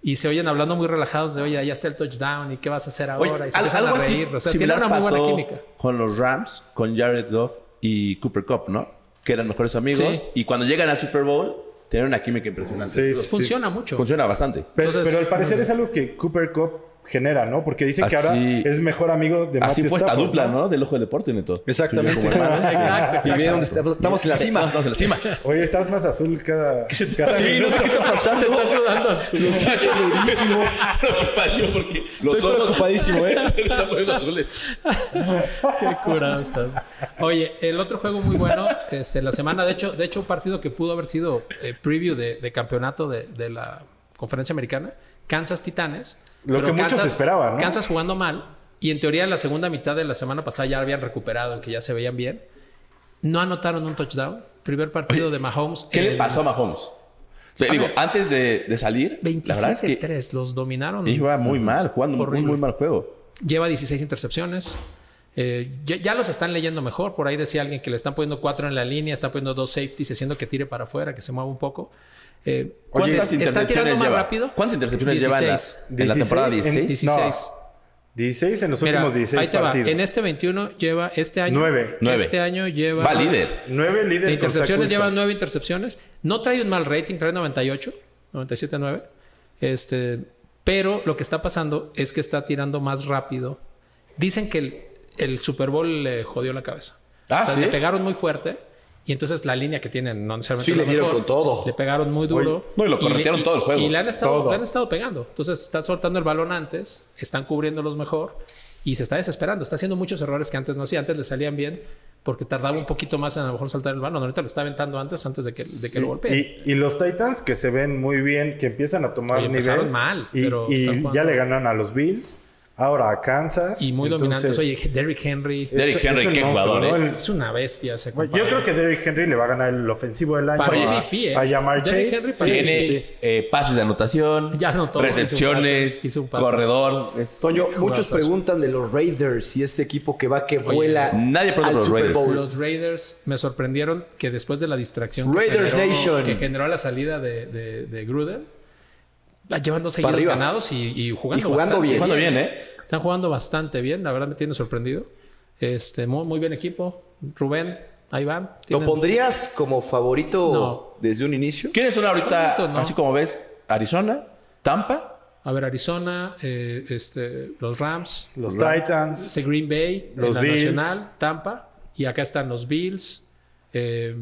Speaker 3: Y se oyen hablando muy relajados de, oye, ya está el touchdown y qué vas a hacer
Speaker 2: Oye,
Speaker 3: ahora. y se
Speaker 2: al-
Speaker 3: empiezan
Speaker 2: algo
Speaker 3: a
Speaker 2: así
Speaker 3: reír. O sea, tienen
Speaker 2: similar
Speaker 3: una muy buena
Speaker 2: pasó
Speaker 3: química.
Speaker 2: con los Rams, con Jared Goff y Cooper Cup, ¿no? Que eran mejores amigos.
Speaker 3: Sí.
Speaker 2: Y cuando llegan al Super Bowl, tienen una química impresionante.
Speaker 4: Sí,
Speaker 2: Esos dos.
Speaker 3: Funciona mucho.
Speaker 2: Funciona bastante.
Speaker 4: Pero,
Speaker 3: Entonces,
Speaker 4: pero al parecer
Speaker 3: bueno.
Speaker 4: es algo que Cooper Cup genera, ¿no? Porque dicen que ahora
Speaker 2: Así-
Speaker 4: es mejor amigo de
Speaker 2: Así
Speaker 4: Matthew
Speaker 2: fue esta
Speaker 4: Stafford,
Speaker 2: dupla, ¿no? Del ojo del deporte, Neto.
Speaker 1: Exactamente.
Speaker 2: Como hermanos.
Speaker 1: Y
Speaker 3: Exacto, exacto.
Speaker 1: vieron dónde estamos, estamos en la cima.
Speaker 2: Estamos en la cima.
Speaker 4: Oye, estás más azul cada. cada
Speaker 1: Sí, no sé qué está pasando.
Speaker 3: Está sudando así.
Speaker 1: Qué durísimo.
Speaker 2: Preocupación porque los
Speaker 1: Estoy
Speaker 2: ojos
Speaker 1: preocupadísimo, ¿eh?
Speaker 2: se están poniendo azules.
Speaker 3: Qué curado estás. Oye, el otro juego muy bueno, este, la semana, de hecho, de hecho, un partido que pudo haber sido eh, preview de, de campeonato de, de la conferencia americana, Kansas Titanes.
Speaker 4: Lo que muchos esperaban, ¿no?
Speaker 3: Kansas jugando mal, y en teoría la segunda mitad de la semana pasada ya habían recuperado, que ya se veían bien. No anotaron un touchdown. Primer partido de Mahomes.
Speaker 2: ¿Qué le
Speaker 3: en
Speaker 2: pasó a Mahomes? Te
Speaker 3: Eh, A
Speaker 2: Digo,
Speaker 3: ver.
Speaker 2: antes de, de salir, la verdad es que
Speaker 3: 27-3, los dominaron.
Speaker 2: iba muy mal, jugando un
Speaker 3: Horrible.
Speaker 2: muy mal juego.
Speaker 3: Lleva 16 intercepciones. Eh, ya, ya los están leyendo mejor. Por ahí decía alguien que le están poniendo cuatro en la línea, están poniendo dos safeties, haciendo que tire para afuera, que se mueva un poco. Eh,
Speaker 2: ¿Cuántas
Speaker 3: entonces, ¿Está tirando
Speaker 2: intercepciones
Speaker 3: más
Speaker 2: lleva?
Speaker 3: rápido?
Speaker 2: ¿Cuántas intercepciones lleva en la,
Speaker 3: 16.
Speaker 2: en la temporada?
Speaker 4: 16.
Speaker 2: 16.
Speaker 3: 16.
Speaker 4: No. 16 en los
Speaker 3: Mira,
Speaker 4: últimos 16
Speaker 3: ahí te va.
Speaker 4: partidos.
Speaker 3: En este 21 lleva este año.
Speaker 4: Nueve.
Speaker 2: Nueve.
Speaker 3: Este año lleva.
Speaker 2: Va líder.
Speaker 4: 9 líderes
Speaker 3: De intercepciones lleva nueve intercepciones. No trae un mal rating, trae 98, 97-9. Este, pero lo que está pasando es que está tirando más rápido. Dicen que el, el Super Bowl le jodió la cabeza.
Speaker 2: Ah,
Speaker 3: o sea,
Speaker 2: ¿sí?
Speaker 3: le pegaron muy fuerte. Y entonces la línea que tienen, no necesariamente.
Speaker 2: Sí,
Speaker 3: es la
Speaker 2: le dieron
Speaker 3: mejor.
Speaker 2: con todo.
Speaker 3: Le pegaron muy duro.
Speaker 2: no, y lo
Speaker 3: le-
Speaker 2: corretearon todo el juego.
Speaker 3: Y le han, estado,
Speaker 4: Todo.
Speaker 3: le han estado pegando. Entonces están soltando el balón antes, están cubriéndolos mejor y se está desesperando. Está haciendo muchos errores que antes no hacía. Antes le salían bien porque tardaba un poquito más en a lo mejor saltar el balón. Ahorita lo está aventando antes, antes de que, de que lo golpee.
Speaker 4: Y, y los Titans que se ven muy bien, que empiezan a tomar
Speaker 3: Oye, empezaron
Speaker 4: nivel.
Speaker 3: mal,
Speaker 4: y
Speaker 3: pero
Speaker 4: y
Speaker 3: están jugando-
Speaker 4: ya le ganaron a los Bills, ahora a Kansas.
Speaker 3: Y, muy
Speaker 4: entonces-
Speaker 3: dominantes. Oye, Derrick Henry
Speaker 2: Derrick
Speaker 4: Esto-
Speaker 2: Henry,
Speaker 4: es el
Speaker 2: qué
Speaker 4: monstruo,
Speaker 2: jugador,
Speaker 4: ¿no?
Speaker 2: ¿eh?
Speaker 4: El-
Speaker 3: es una bestia ese
Speaker 4: Güey,
Speaker 3: compadre.
Speaker 4: Yo creo que Derrick Henry le va a ganar el ofensivo del año
Speaker 3: Para
Speaker 2: Oye,
Speaker 4: a,
Speaker 3: MVP, ¿eh?
Speaker 4: a Jamar
Speaker 3: Derrick
Speaker 4: Chase.
Speaker 3: Henry para
Speaker 2: Tiene
Speaker 3: MVP.
Speaker 2: eh, pases de anotación,
Speaker 3: Ya anotó,
Speaker 2: recepciones,
Speaker 3: hizo un pase, hizo un pase.
Speaker 2: corredor. Es-
Speaker 1: Toño,
Speaker 3: Jugadorazo.
Speaker 1: muchos preguntan de los Raiders y este equipo que va que
Speaker 3: Oye,
Speaker 1: vuela
Speaker 2: nadie pregunta
Speaker 1: al
Speaker 2: por los
Speaker 1: Super
Speaker 2: Raiders.
Speaker 1: Bowl.
Speaker 3: Los Raiders me sorprendieron que después de la distracción que,
Speaker 1: Raiders
Speaker 3: generó,
Speaker 1: Nation.
Speaker 3: que generó la salida de, de, de Gruden, la llevan dos
Speaker 1: Para
Speaker 3: seguidos
Speaker 1: arriba.
Speaker 3: ganados y, y jugando,
Speaker 1: Y jugando
Speaker 3: bastante
Speaker 1: bien.
Speaker 2: Jugando bien, ¿eh?
Speaker 3: Están jugando bastante bien, la verdad me tiene sorprendido. Este, muy, muy bien equipo. Rubén, ahí van.
Speaker 1: ¿Lo
Speaker 3: Tienen-
Speaker 1: pondrías como favorito
Speaker 3: No.
Speaker 1: desde un inicio?
Speaker 2: ¿Quiénes son ahorita,
Speaker 3: Bonito, ¿no?
Speaker 2: así como ves, Arizona, Tampa?
Speaker 3: A ver, Arizona, eh, este, los Rams,
Speaker 4: Los Titans.
Speaker 3: este Green Bay, en
Speaker 4: Los
Speaker 3: la
Speaker 4: Bills.
Speaker 3: Nacional, Tampa, y acá están los Bills. eh,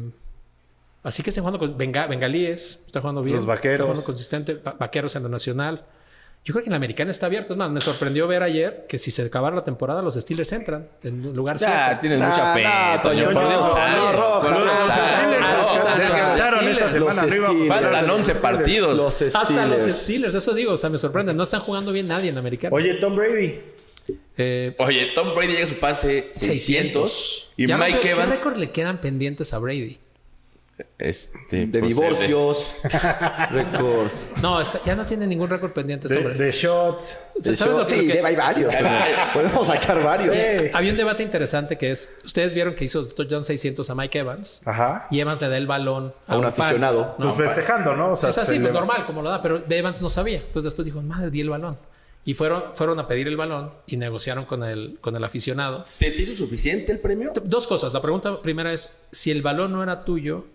Speaker 3: así que están jugando con Benga- bengalíes, están jugando bien.
Speaker 4: Los Vaqueros.
Speaker 3: Están jugando consistente, va- vaqueros en la Nacional. Yo creo que en la Americana está abierto. Es más, me sorprendió ver ayer que si se acabara la temporada, los Steelers entran en lugar
Speaker 2: Ya,
Speaker 3: siete.
Speaker 2: tienes
Speaker 1: Ah,
Speaker 2: mucha
Speaker 1: no,
Speaker 2: fe. Toño,
Speaker 1: Toño,
Speaker 2: por Dios,
Speaker 1: no,
Speaker 2: sal,
Speaker 1: no, roja,
Speaker 2: por Dios,
Speaker 1: no,
Speaker 2: sal. Ah,
Speaker 1: Steelers,
Speaker 2: No,
Speaker 1: no,
Speaker 2: es que
Speaker 1: no,
Speaker 4: Ganaron esta
Speaker 3: Steelers.
Speaker 4: semana
Speaker 1: Los
Speaker 4: arriba.
Speaker 1: Steelers.
Speaker 2: Faltan 11 partidos.
Speaker 1: Los Steelers.
Speaker 3: Hasta los Steelers, eso digo, o sea, me sorprende. No están jugando bien nadie en la Americana.
Speaker 4: Oye, Tom Brady.
Speaker 3: Eh,
Speaker 2: Oye, Tom Brady llega a su pase 600,
Speaker 3: 600.
Speaker 2: y
Speaker 3: Ya no
Speaker 2: Mike
Speaker 3: veo ¿Qué
Speaker 2: Evans...
Speaker 3: récord le quedan pendientes a Brady?
Speaker 2: Este,
Speaker 1: De
Speaker 2: pues,
Speaker 1: divorcios, récords.
Speaker 3: No, está- ya no tiene ningún récord pendiente
Speaker 4: De,
Speaker 3: sobre.
Speaker 4: de shots.
Speaker 1: de
Speaker 3: ¿Sabes lo
Speaker 1: show.
Speaker 3: que-
Speaker 1: Sí,
Speaker 3: lo que-
Speaker 1: de- hay varios.
Speaker 2: Hay varios.
Speaker 1: Podemos sacar varios.
Speaker 4: Eh.
Speaker 3: Había un debate interesante que es, ustedes vieron que hizo touchdown 600 a Mike Evans
Speaker 4: Ajá.
Speaker 3: y Evans le da el balón a,
Speaker 1: A un
Speaker 3: fan.
Speaker 1: aficionado.
Speaker 3: No,
Speaker 4: Pues festejando, ¿no? O sea,
Speaker 3: o sea,
Speaker 4: se
Speaker 3: sí,
Speaker 4: le-
Speaker 3: pues normal, como lo da, pero de Evans no sabía. Entonces después dijo, madre, di el balón. Y fueron, fueron a pedir el balón y negociaron con el, con el aficionado.
Speaker 2: ¿Se te hizo suficiente el premio?
Speaker 3: Dos cosas. La pregunta primera es, si el balón no era tuyo,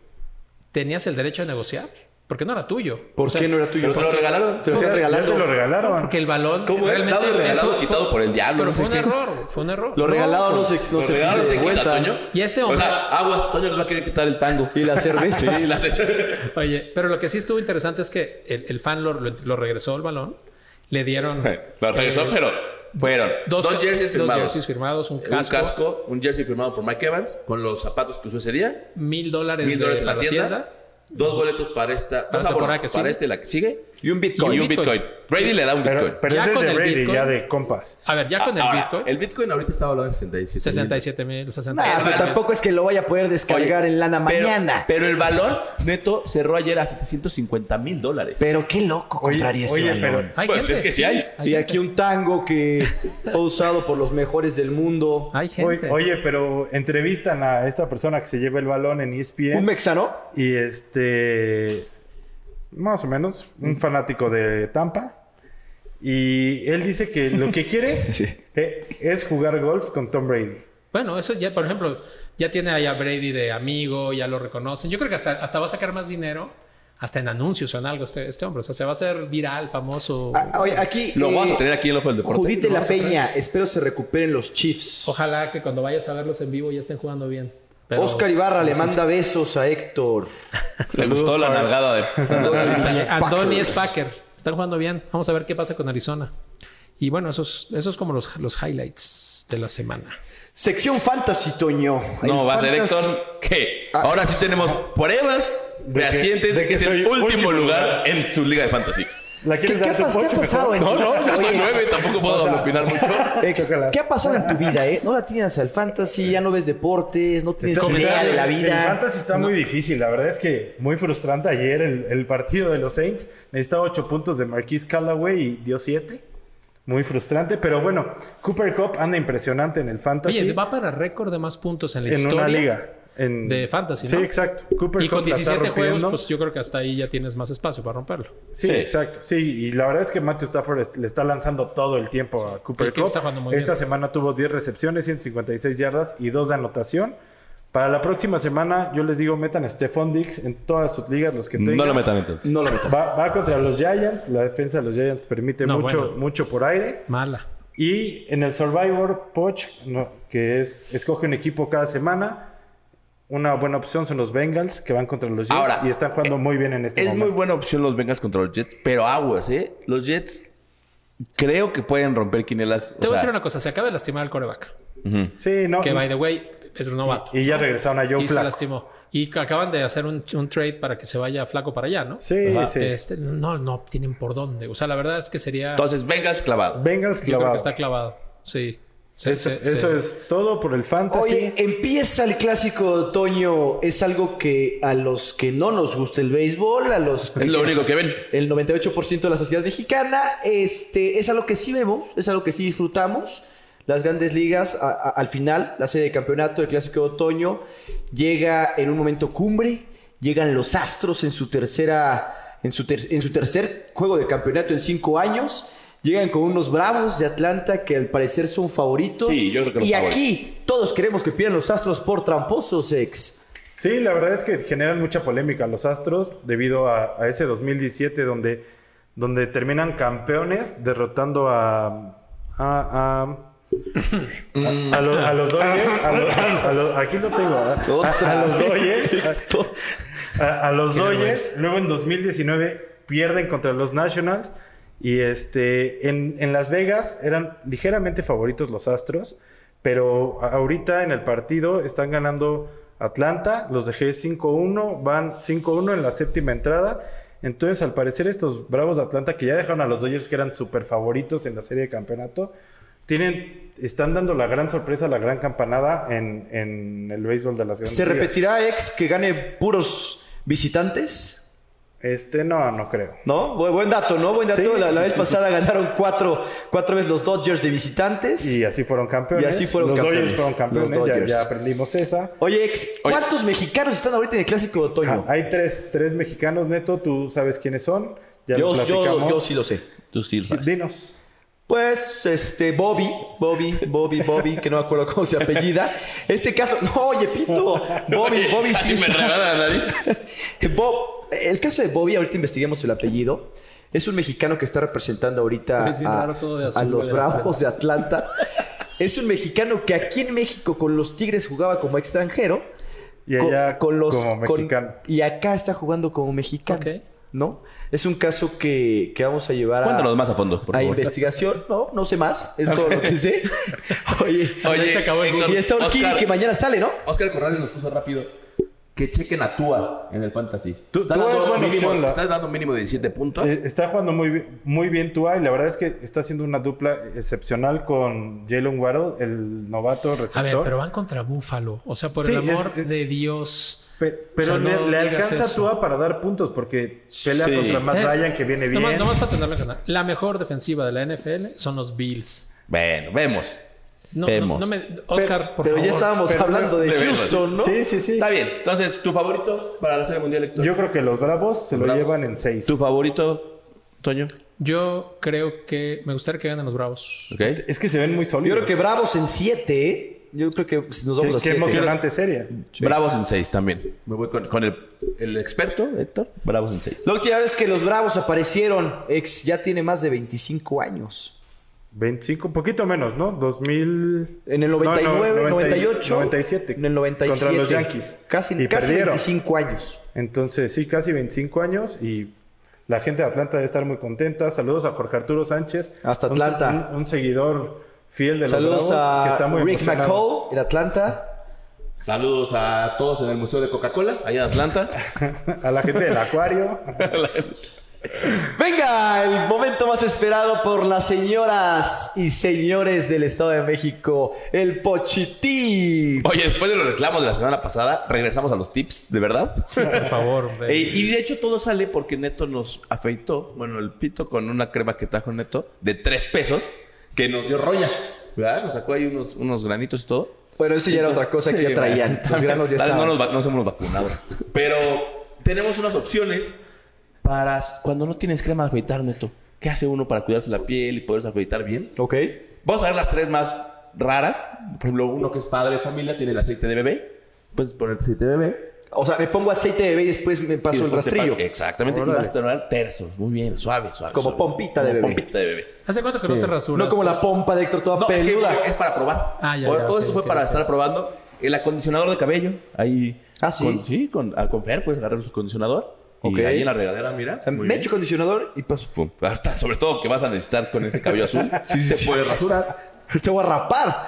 Speaker 3: ¿tenías el derecho a negociar? Porque no era tuyo.
Speaker 1: ¿Por
Speaker 3: O sea,
Speaker 1: qué no era tuyo?
Speaker 2: Pero te lo regalaron.
Speaker 1: Te lo
Speaker 4: Ya
Speaker 1: están
Speaker 4: te
Speaker 1: regalando.
Speaker 4: lo regalaron.
Speaker 3: Porque el balón...
Speaker 2: ¿Cómo era?
Speaker 3: realmente-
Speaker 2: Dado y regalado,
Speaker 3: fue- fue-
Speaker 2: quitado por el diablo,
Speaker 3: Pero
Speaker 2: no sé
Speaker 3: fue un
Speaker 2: qué.
Speaker 3: error, fue un error.
Speaker 1: Lo regalado no, se, no
Speaker 2: Los
Speaker 1: se
Speaker 2: regalos
Speaker 1: pide
Speaker 2: se
Speaker 1: de
Speaker 2: quita,
Speaker 1: vuelta.
Speaker 2: Toño.
Speaker 3: Y este
Speaker 2: O
Speaker 3: hombre-
Speaker 2: sea, aguas, Toño les va a querer quitar el tango.
Speaker 1: Y las cervezas.
Speaker 2: Sí, la sé.
Speaker 3: Oye, pero lo que sí estuvo interesante es que el, el fan lo, lo- lo regresó el balón. Le dieron.
Speaker 2: Lo regresó,
Speaker 3: eh,
Speaker 2: pero fueron dos,
Speaker 3: ca-
Speaker 2: jerseys
Speaker 3: dos
Speaker 2: firmados.
Speaker 3: jerseys firmados, un
Speaker 2: un
Speaker 3: casco.
Speaker 2: casco, un jersey firmado por Mike Evans, con los zapatos que usó ese día,
Speaker 3: Mil dólares
Speaker 2: mil
Speaker 3: de-
Speaker 2: dólares en la
Speaker 3: para
Speaker 2: tienda, dos boletos para esta,
Speaker 3: Para
Speaker 2: dos
Speaker 3: la temporada
Speaker 2: abonos
Speaker 3: que
Speaker 2: para
Speaker 3: sigue.
Speaker 2: este y la que sigue,
Speaker 1: Y un
Speaker 2: y
Speaker 1: Bitcoin.
Speaker 2: un
Speaker 3: Bitcoin.
Speaker 2: Bitcoin. Brady le da un Bitcoin.
Speaker 4: Pero, pero
Speaker 3: Ya
Speaker 4: ese es
Speaker 3: con
Speaker 4: de
Speaker 3: el
Speaker 4: Brady,
Speaker 3: Bitcoin.
Speaker 4: ya de compas.
Speaker 3: A ver, ya con el
Speaker 2: Ahora,
Speaker 3: Bitcoin.
Speaker 2: el Bitcoin ahorita está hablando en 67.
Speaker 3: 67 mil, 60
Speaker 1: Nah, Ah, pero tampoco es que lo vaya a poder descargar en lana
Speaker 2: Pero,
Speaker 1: mañana. Pero,
Speaker 2: pero el valor neto cerró ayer a 750 mil dólares.
Speaker 1: qué loco
Speaker 4: Oye,
Speaker 1: compraría ese
Speaker 4: oye,
Speaker 1: balón.
Speaker 4: pero-
Speaker 3: Hay
Speaker 2: Pues
Speaker 3: gente,
Speaker 2: es que sí hay.
Speaker 1: y
Speaker 3: gente,
Speaker 1: aquí un tango que fue usado por los mejores del mundo.
Speaker 3: hay gente.
Speaker 4: Oye, oye, pero entrevistan a esta persona que se lleva el balón en ESPN.
Speaker 1: ¿Un mexano?
Speaker 4: Y este. Más o menos,
Speaker 3: Mm.
Speaker 4: un fanático de Tampa. Y él dice que lo que quiere
Speaker 1: Sí.
Speaker 4: eh, es jugar golf con Tom Brady.
Speaker 3: Bueno, eso ya, por ejemplo, ya tiene ahí a Brady de amigo, ya lo reconocen. Yo creo que hasta, hasta va a sacar más dinero, hasta en anuncios o en algo, este, este hombre. O sea, se va a hacer viral, famoso.
Speaker 1: Ah, oye, aquí.
Speaker 2: Lo
Speaker 1: eh,
Speaker 2: vamos a tener aquí en el Ojo del Deporte.
Speaker 1: Judith de
Speaker 3: Lo
Speaker 1: la
Speaker 3: vamos a traer.
Speaker 1: Peña, espero se recuperen los Chiefs.
Speaker 3: Ojalá que cuando vayas a verlos en vivo ya estén jugando bien. Pero- eh,
Speaker 1: Oscar Ibarra le manda besos a Héctor.
Speaker 2: Le gustó la nalgada de...
Speaker 3: Andoni es Packer. Están jugando bien. Vamos a ver qué pasa con Arizona. Y bueno, esos, esos como los, los highlights de la semana.
Speaker 1: Sección Fantasy, Toño.
Speaker 2: No,
Speaker 1: El
Speaker 2: va a ser
Speaker 1: fantasy-
Speaker 2: Héctor que
Speaker 1: Ah.
Speaker 2: ahora sí tenemos pruebas
Speaker 4: De que-
Speaker 2: fehacientes de que, es el
Speaker 4: soy
Speaker 2: último,
Speaker 4: último
Speaker 2: lugar
Speaker 4: lugar.
Speaker 2: en su liga de fantasy.
Speaker 4: ¿La
Speaker 1: ¿Qué,
Speaker 4: quieres
Speaker 1: qué
Speaker 4: dar
Speaker 1: ha
Speaker 4: tu
Speaker 1: pas- qué ha
Speaker 4: pocho
Speaker 1: pasado
Speaker 4: mejor?
Speaker 1: en tu
Speaker 2: Yo soy
Speaker 1: Oye,
Speaker 2: nueve, tampoco puedo
Speaker 4: o sea,
Speaker 2: opinar mucho.
Speaker 1: Ex-
Speaker 4: Chócalas.
Speaker 1: ¿Qué ha pasado en tu vida, eh? No la tienes al fantasy, ya no ves deportes, no tienes
Speaker 4: Entonces,
Speaker 1: idea Este, de la
Speaker 4: Este, El
Speaker 1: vida.
Speaker 4: fantasy está muy difícil. La verdad es que muy frustrante. Ayer el, el partido de los Saints necesitaba 8 puntos de Marquise Callaway y dio 7. Muy frustrante. Pero bueno, Cooper Cup anda impresionante en el fantasy.
Speaker 1: Pues
Speaker 3: Oye, va para récord de más puntos en la
Speaker 4: en
Speaker 3: historia.
Speaker 4: una liga. En-
Speaker 3: de fantasy,
Speaker 4: Sí,
Speaker 3: ¿no?
Speaker 4: exacto. Cooper
Speaker 3: Y con
Speaker 4: Cup la está
Speaker 3: 17 juegos,
Speaker 4: rompiendo.
Speaker 3: pues yo creo que hasta ahí ya tienes más espacio para romperlo.
Speaker 4: Sí,
Speaker 1: Sí.
Speaker 4: exacto. Sí, y la verdad es que Matthew Stafford est- le está lanzando todo el tiempo a Cooper
Speaker 3: El
Speaker 4: Cup.
Speaker 3: Cup está jugando muy
Speaker 4: Esta
Speaker 3: bien.
Speaker 4: semana tuvo 10 recepciones, 156 yardas y 2 de anotación. Para la próxima semana, yo les digo, metan a Stephon Dix en todas sus ligas, los que
Speaker 5: No
Speaker 4: tengan.
Speaker 5: lo metan entonces.
Speaker 1: No lo meto.
Speaker 4: Va, va contra los Giants. La defensa de los Giants permite
Speaker 3: No,
Speaker 4: mucho,
Speaker 3: bueno.
Speaker 4: mucho por aire.
Speaker 3: Mala.
Speaker 4: Y en el Survivor, Poch, no, que es escoge un equipo cada semana. Una buena opción son los Bengals, que van contra los Jets
Speaker 2: Ahora,
Speaker 4: y están jugando muy bien en este
Speaker 2: Es
Speaker 4: momento.
Speaker 2: muy buena opción los Bengals contra los Jets, pero aguas, ¿eh? Los Jets creo que pueden romper quinelas. o
Speaker 3: Te voy a
Speaker 2: sea,
Speaker 3: decir una cosa, se acaba de lastimar el coreback.
Speaker 4: Sí, no.
Speaker 3: Que by the way, es un novato.
Speaker 4: Y ya regresaron a Joe
Speaker 3: Y se
Speaker 4: Flacco.
Speaker 3: lastimó. Y c- acaban de hacer un, un trade para que se vaya flaco para allá, ¿no?
Speaker 4: Sí,
Speaker 3: Ajá.
Speaker 4: sí.
Speaker 3: Este, no, no tienen por dónde. O sea, la verdad es que sería.
Speaker 2: Entonces, Bengals clavado.
Speaker 4: Bengals
Speaker 3: yo creo
Speaker 4: clavado.
Speaker 3: que está clavado. Sí. Se-
Speaker 4: Eso,
Speaker 3: se-
Speaker 4: eso
Speaker 3: se-
Speaker 4: es todo por el fantasy.
Speaker 1: Oye, eh, empieza el clásico de otoño. Es algo que a los que no nos gusta el béisbol, a los
Speaker 2: Es lo único que ven.
Speaker 1: el 98% de la sociedad mexicana, este, es algo que sí vemos, es algo que sí disfrutamos. Las grandes ligas, a- a- al final, la serie de campeonato, el clásico de otoño, llega en un momento cumbre, llegan los astros en su tercera, en su, ter- en su tercer juego de campeonato en cinco años. Llegan con unos bravos de Atlanta que al parecer son favoritos.
Speaker 2: Sí, yo creo que los
Speaker 1: y
Speaker 2: favoritos.
Speaker 1: aquí todos queremos que pierdan los astros por tramposos, ex.
Speaker 4: Sí, la verdad es que generan mucha polémica los Astros debido a, a ese 2017 donde, donde terminan campeones derrotando a a, a, a- a los, a los Dodgers. a los- a los- aquí lo tengo. A, a- a los Dodgers. A, a- a los Dodgers. Luego en 2019 pierden contra los Nationals. Y este, en, en Las Vegas eran ligeramente favoritos los Astros, pero a- ahorita en el partido están ganando Atlanta, los dejé 5-1, van 5-1 en la séptima entrada. Entonces, al parecer, estos Bravos de Atlanta que ya dejaron a los Dodgers que eran súper favoritos en la serie de campeonato, tienen, están dando la gran sorpresa, la gran campanada en, en el béisbol de las grandes
Speaker 1: ¿Se
Speaker 4: ligas.
Speaker 1: repetirá, ex, que gane puros visitantes?
Speaker 4: Este, no, no creo.
Speaker 1: ¿No? Bu- Buen dato, ¿no? Buen dato.
Speaker 4: Sí.
Speaker 1: La, la vez pasada ganaron cuatro, cuatro veces los Dodgers de visitantes.
Speaker 4: Y así fueron campeones.
Speaker 1: Y así fueron
Speaker 4: los
Speaker 1: campeones.
Speaker 4: Dodgers fueron campeones,
Speaker 1: Los
Speaker 4: ya-
Speaker 1: Dodgers.
Speaker 4: Ya, aprendimos esa.
Speaker 1: Oye, ex, ¿cuántos mexicanos están ahorita en el clásico de otoño?
Speaker 4: Ah, hay tres, tres mexicanos, Neto, tú sabes quiénes son. Ya lo
Speaker 1: yo, yo,
Speaker 4: platicamos.
Speaker 1: yo sí lo sé.
Speaker 2: Tú sí lo sabes.
Speaker 4: Dinos.
Speaker 1: Pues, este, Bobby, Bobby, Bobby, Bobby, que no me acuerdo cómo se apellida. Este caso, no, oye, Pito, Bobby, Bobby sí.
Speaker 2: Así me
Speaker 1: está-
Speaker 2: regalan a nadie.
Speaker 1: Bob, el caso de Bobby, ahorita investiguemos el apellido. Es un mexicano que está representando ahorita
Speaker 3: Es bien
Speaker 1: a,
Speaker 3: raro todo de azul,
Speaker 1: a los
Speaker 3: güey,
Speaker 1: Bravos de Atlanta. Es un mexicano que aquí en México con los Tigres jugaba como extranjero.
Speaker 4: Y
Speaker 1: co-
Speaker 4: allá como
Speaker 1: con-
Speaker 4: mexicano.
Speaker 1: y acá está jugando como mexicano.
Speaker 3: Ok.
Speaker 1: ¿No? Es un caso que, que vamos a llevar a-
Speaker 5: Cuéntanos más a fondo, por
Speaker 1: a
Speaker 5: favor.
Speaker 1: investigación. No, no sé más. Es todo lo que sé. Oye.
Speaker 2: Oye,
Speaker 3: Se acabó el
Speaker 2: Héctor,
Speaker 1: y está Urquidi
Speaker 2: Oscar-
Speaker 1: que mañana sale, ¿no?
Speaker 2: Oscar Corrales nos puso rápido que chequen a Tua en el fantasy.
Speaker 4: Tú-
Speaker 2: Está
Speaker 4: Tua
Speaker 2: dando
Speaker 4: es buena
Speaker 2: mínimo-
Speaker 4: opción, la-
Speaker 2: está dando mínimo de 17 puntos.
Speaker 4: Eh, Está jugando muy, bi- muy bien Tua y la verdad es que está haciendo una dupla excepcional con Jalen Waddle, el novato receptor.
Speaker 3: A ver, pero van contra Búfalo. O sea, por
Speaker 4: Sí,
Speaker 3: el amor
Speaker 4: es- es-
Speaker 3: de Dios.
Speaker 4: Pe- pero
Speaker 3: O sea,
Speaker 4: le,
Speaker 3: no
Speaker 4: le
Speaker 3: digas
Speaker 4: alcanza a
Speaker 3: eso.
Speaker 4: Tua para dar puntos porque pelea
Speaker 5: Sí.
Speaker 4: contra Matt
Speaker 3: Eh,
Speaker 4: Ryan que viene bien.
Speaker 3: Nomás, nomás para tenerlo en cuenta. La mejor defensiva de la NFL son los Bills.
Speaker 5: Bueno, vemos.
Speaker 3: No,
Speaker 5: Vemos.
Speaker 3: no, no me- Oscar, por
Speaker 1: Pero
Speaker 3: favor.
Speaker 1: ya estábamos
Speaker 4: Pero-
Speaker 1: hablando de
Speaker 2: de verdad.
Speaker 1: Houston, ¿no?
Speaker 4: Sí, sí, sí.
Speaker 2: Está bien. Entonces, ¿tu favorito para la serie mundial, Héctor?
Speaker 4: Yo creo que los Bravos se lo
Speaker 2: Bravos.
Speaker 4: llevan en seis.
Speaker 5: ¿Tu favorito, Toño?
Speaker 3: Yo creo que me gustaría que ganen los Bravos.
Speaker 5: ¿Ok?
Speaker 2: Este,
Speaker 4: Es que se ven muy sólidos.
Speaker 1: Yo creo que Bravos en 7, ¿eh? Yo creo que pues, nos
Speaker 4: Qué-
Speaker 1: vamos
Speaker 4: Qué,
Speaker 1: a siete.
Speaker 4: emocionante serie.
Speaker 5: Bravos en seis también.
Speaker 2: Me voy con, con el, el experto, Héctor.
Speaker 5: Bravos en seis.
Speaker 1: La última vez que los Bravos aparecieron, ex, ya tiene más de 25 años.
Speaker 4: 25, un poquito menos, ¿no? 2000.
Speaker 1: En el 99,
Speaker 4: No, no, 90,
Speaker 1: 98.
Speaker 4: 97.
Speaker 1: En el
Speaker 4: Contra
Speaker 1: 97.
Speaker 4: los Yankees.
Speaker 1: Casi,
Speaker 4: Y
Speaker 1: casi
Speaker 4: perdieron.
Speaker 1: 25 años.
Speaker 4: Entonces, sí, casi 25 años y la gente de Atlanta debe estar muy contenta. Saludos a Jorge Arturo Sánchez.
Speaker 1: Hasta
Speaker 4: un-
Speaker 1: Atlanta.
Speaker 4: Un, un seguidor fiel de los
Speaker 1: Saludos
Speaker 4: Bravos que
Speaker 1: a
Speaker 4: está muy
Speaker 1: Rick
Speaker 4: emocionado.
Speaker 1: McCall, en Atlanta.
Speaker 2: Saludos a todos en el Museo de Coca-Cola, allá en Atlanta.
Speaker 4: A la gente del Acuario.
Speaker 1: Venga, el momento más esperado por las señoras y señores del Estado de México, el Pochitín.
Speaker 2: Oye, después de los reclamos de la semana pasada, regresamos a los tips, ¿de verdad?
Speaker 3: Por favor. hombre.
Speaker 2: Eh, y de hecho todo sale porque Neto nos afeitó, bueno, el pito con una crema que trajo Neto de tres pesos que nos dio roya, ¿verdad? Nos sacó ahí unos, unos granitos y todo.
Speaker 1: Bueno, eso ya era otra cosa que ya traían. Los granos ya
Speaker 2: Tal vez
Speaker 1: estaban.
Speaker 2: no nos, va- nos hemos vacunado.
Speaker 6: Pero tenemos unas opciones
Speaker 2: Para s- cuando no tienes crema de afeitar, neto, ¿qué hace uno para cuidarse la piel y poderse afeitar bien?
Speaker 1: Ok.
Speaker 2: Vamos a ver las tres más raras.
Speaker 6: Por ejemplo, uno que es padre de familia tiene el aceite de bebé. Puedes poner aceite de bebé.
Speaker 1: O sea, me pongo aceite de bebé y después me
Speaker 2: y
Speaker 1: paso el
Speaker 2: después te
Speaker 1: rastrillo.
Speaker 2: pa- Exactamente. Y
Speaker 4: Órale.
Speaker 2: vas a tomar tersos. Muy bien, suave, suave.
Speaker 1: Como
Speaker 2: suave.
Speaker 1: pompita de
Speaker 2: Como
Speaker 1: bebé.
Speaker 2: Pompita de bebé.
Speaker 3: ¿Hace cuánto que no te rasuras?
Speaker 1: No como la pompa de Héctor toda
Speaker 6: No, es que
Speaker 1: peluda.
Speaker 6: es para probar.
Speaker 3: Ah, ya,
Speaker 6: Todo-
Speaker 3: ya,
Speaker 6: todo
Speaker 3: ok,
Speaker 6: esto fue
Speaker 3: ok,
Speaker 6: para
Speaker 3: ok.
Speaker 6: estar probando. El acondicionador de cabello. Ahí.
Speaker 1: Ah, ¿sí?
Speaker 6: Con, sí, con, ah, con Fer, pues agarrar su acondicionador.
Speaker 1: Ok.
Speaker 6: Y ahí en la regadera, mira.
Speaker 1: O sea,
Speaker 6: muy
Speaker 1: me
Speaker 6: bien. Pues,
Speaker 1: echo condicionador y paso.
Speaker 2: Pum. Ahorita, sobre todo que vas a necesitar con ese cabello azul.
Speaker 6: te puedes rasurar.
Speaker 1: Te voy a rapar.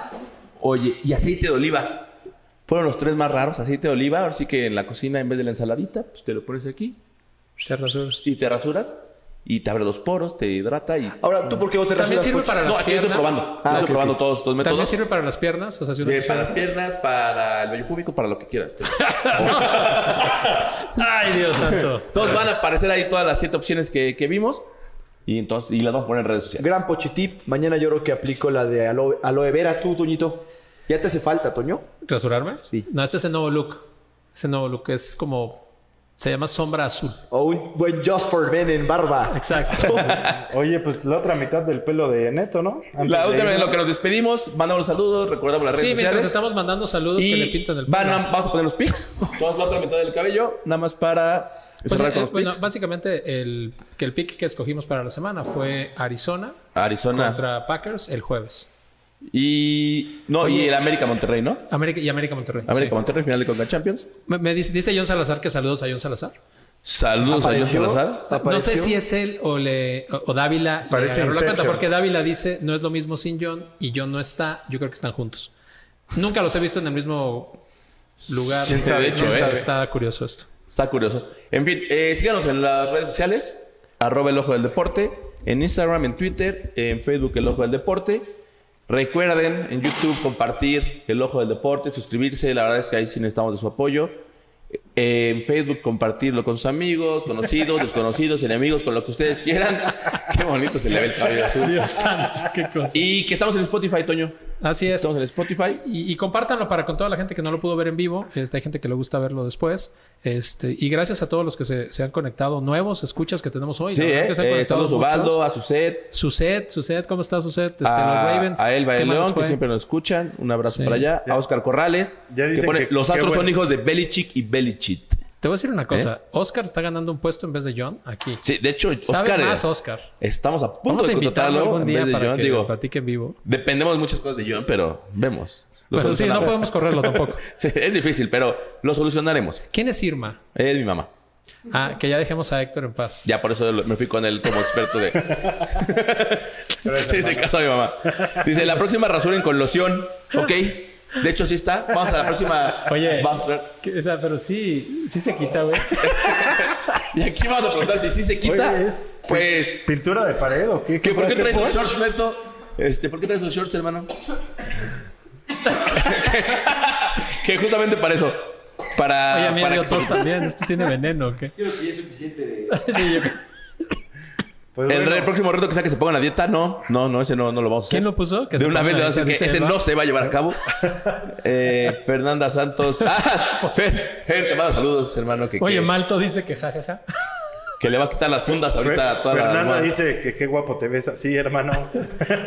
Speaker 6: Oye, y aceite de oliva.
Speaker 2: Fueron los tres más raros. Aceite de oliva. Ahora sí que en la cocina, en vez de la ensaladita, pues te lo pones aquí
Speaker 3: Te rasuras.
Speaker 2: y te rasuras. Y te abre los poros, te hidrata y...
Speaker 1: Ahora, ¿tú por qué vos te
Speaker 3: También
Speaker 1: rasuras,
Speaker 3: sirve
Speaker 1: Pocho?
Speaker 3: para las
Speaker 2: No, aquí estoy
Speaker 3: piernas.
Speaker 2: probando.
Speaker 1: Ah,
Speaker 2: estoy
Speaker 1: ok,
Speaker 2: probando
Speaker 1: ok.
Speaker 2: todos estos métodos.
Speaker 3: También sirve para las piernas. O sea, si una
Speaker 2: Eh,
Speaker 3: persona-
Speaker 2: para las piernas, para el vello público, para lo que quieras.
Speaker 3: Ay, Dios santo.
Speaker 2: Todos van a aparecer ahí todas las siete opciones que, que vimos. Y entonces, y las vamos a poner en redes sociales.
Speaker 1: Gran pochitip. Mañana yo creo que aplico la de aloe, aloe vera. Tú, Toñito. ¿Ya te hace falta, Toño?
Speaker 3: ¿Rasurarme?
Speaker 1: Sí.
Speaker 3: No, este es el nuevo look. Ese nuevo look es como. Se llama sombra azul.
Speaker 1: O un buen Just for Men en barba.
Speaker 3: Exacto.
Speaker 4: Oye, pues la otra mitad del pelo de Neto, ¿no? Antes
Speaker 2: La
Speaker 4: de
Speaker 2: última vez
Speaker 4: irnos.
Speaker 2: en lo que nos despedimos, mandamos los saludos, recordamos las redes
Speaker 3: sí, mientras
Speaker 2: sociales.
Speaker 3: estamos mandando saludos que le
Speaker 2: Y
Speaker 3: pintan el
Speaker 2: van
Speaker 3: pelo.
Speaker 2: a- vamos a poner los pics. Todas la otra mitad del cabello, nada más para
Speaker 3: Pues,
Speaker 2: cerrar
Speaker 3: eh,
Speaker 2: con los
Speaker 3: bueno,
Speaker 2: pics.
Speaker 3: básicamente el, que el pick que escogimos para la semana fue Arizona
Speaker 2: Arizona.
Speaker 3: contra Packers el jueves.
Speaker 2: Y. No, y el América Monterrey, ¿no?
Speaker 3: América y América Monterrey.
Speaker 2: América
Speaker 3: sí.
Speaker 2: Monterrey, final de Conca Champions.
Speaker 3: Me, me dice, dice John Salazar que saludos a John Salazar.
Speaker 2: Saludos
Speaker 1: ¿Apareció?
Speaker 2: a John Salazar.
Speaker 3: No
Speaker 1: ¿Apareció?
Speaker 3: sé si es él o, le, o, o Dávila le
Speaker 4: Parece
Speaker 3: agarró la cuenta
Speaker 4: Inception.
Speaker 3: porque Dávila dice no es lo mismo sin John y John no está. Yo creo que están juntos. Nunca los he visto en el mismo lugar.
Speaker 2: Sí, de hecho,
Speaker 3: No sé,
Speaker 2: eh.
Speaker 3: está curioso esto.
Speaker 2: Está curioso. En fin, eh, síganos en las redes sociales. Arroba el ojo del deporte. En Instagram, en Twitter, en Facebook, el ojo del deporte. Recuerden en YouTube compartir el ojo del deporte, suscribirse. La verdad es que ahí sí necesitamos de su apoyo. Eh, En Facebook compartirlo con sus amigos, conocidos, desconocidos, enemigos, con lo que ustedes quieran. Qué bonito se le ve el cabello azul.
Speaker 3: Dios santo, qué cosa.
Speaker 2: Y que estamos en Spotify, Toño.
Speaker 3: Así es.
Speaker 2: Estamos en Spotify.
Speaker 3: Y, y compártanlo para con toda la gente que no lo pudo ver en vivo. Este, hay gente que le gusta verlo después. Este, y gracias a todos los que se, se han conectado, nuevos escuchas que tenemos hoy.
Speaker 2: Sí,
Speaker 3: La verdad
Speaker 2: eh.
Speaker 3: que se han
Speaker 2: Eh,
Speaker 3: conectado
Speaker 2: saludos a Ubaldo,
Speaker 3: muchos.
Speaker 2: a Suset,
Speaker 3: Suset, Suset, ¿cómo está Suset? Este, los
Speaker 2: a,
Speaker 3: Ravens.
Speaker 2: a Elba
Speaker 3: ¿qué
Speaker 2: de
Speaker 3: mal les
Speaker 2: León, que
Speaker 3: fue?
Speaker 2: siempre nos escuchan. Un abrazo
Speaker 3: Sí.
Speaker 2: para allá. A Oscar Corrales,
Speaker 4: Ya
Speaker 2: que
Speaker 4: dicen
Speaker 2: pone,
Speaker 4: que-
Speaker 2: los
Speaker 4: qué
Speaker 2: astros son
Speaker 4: bueno".
Speaker 2: hijos de Belichick y Belichick.
Speaker 3: Te voy a decir una cosa. Oscar está ganando un puesto en vez de John aquí.
Speaker 2: ¿Eh? Sí, de hecho,
Speaker 3: Sabe
Speaker 2: Oscar,
Speaker 3: más
Speaker 2: eh,
Speaker 3: Oscar.
Speaker 2: estamos a punto
Speaker 3: Vamos a
Speaker 2: de
Speaker 3: invitarlo
Speaker 2: contratarlo
Speaker 3: algún
Speaker 2: en
Speaker 3: día
Speaker 2: vez de
Speaker 3: para
Speaker 2: John.
Speaker 3: que
Speaker 2: Digo,
Speaker 3: platique en vivo.
Speaker 2: dependemos de muchas cosas de John, pero vemos. Lo
Speaker 3: Pero sí, no
Speaker 2: solucionamos.
Speaker 3: podemos correrlo tampoco.
Speaker 2: Sí, es difícil, pero lo solucionaremos.
Speaker 3: ¿Quién es Irma?
Speaker 2: Es mi mamá.
Speaker 3: Ah, que ya dejemos a Héctor en paz.
Speaker 2: Ya por eso lo- me fui con él como experto de. Este es el caso de mi mamá. Dice, la próxima rasuren con loción. Ok. De hecho, sí está. Vamos a la próxima.
Speaker 7: Oye.
Speaker 2: Vamos a-
Speaker 7: Que- O sea, pero sí, sí se quita, güey.
Speaker 2: Y aquí vamos a preguntar si sí se quita.
Speaker 4: Oye, es-
Speaker 2: pues,
Speaker 4: ¿Pintura de pared o qué?
Speaker 2: ¿que ¿por qué traes
Speaker 4: fue?
Speaker 2: esos shorts, Neto? Este, ¿Por qué traes esos shorts, hermano? que justamente para eso. Para,
Speaker 7: Oye, a mí me
Speaker 2: Ah, para
Speaker 7: dio
Speaker 2: que-
Speaker 7: tos también. Esto tiene veneno, ¿o ¿qué?
Speaker 4: Pues,
Speaker 2: el,
Speaker 4: bueno,
Speaker 2: re- el próximo reto que sea que se ponga a dieta, no, no, no, ese no, no lo vamos a hacer.
Speaker 7: ¿Quién lo puso? Que
Speaker 2: de
Speaker 7: se
Speaker 2: una
Speaker 7: ponga
Speaker 2: vez
Speaker 7: a
Speaker 2: le voy a decir
Speaker 7: dieta,
Speaker 2: que ese
Speaker 7: ¿va?
Speaker 2: no se va a llevar a cabo. Eh, Fernanda Santos. Ah, Fer, Fer, te manda saludos, hermano. Que,
Speaker 7: Oye,
Speaker 2: que,
Speaker 7: Malto dice que jajaja.
Speaker 2: que le va a quitar las fundas
Speaker 4: Fer-
Speaker 2: ahorita a toda la
Speaker 4: Fernanda
Speaker 2: almohada.
Speaker 4: dice que qué guapo te ves así, hermano.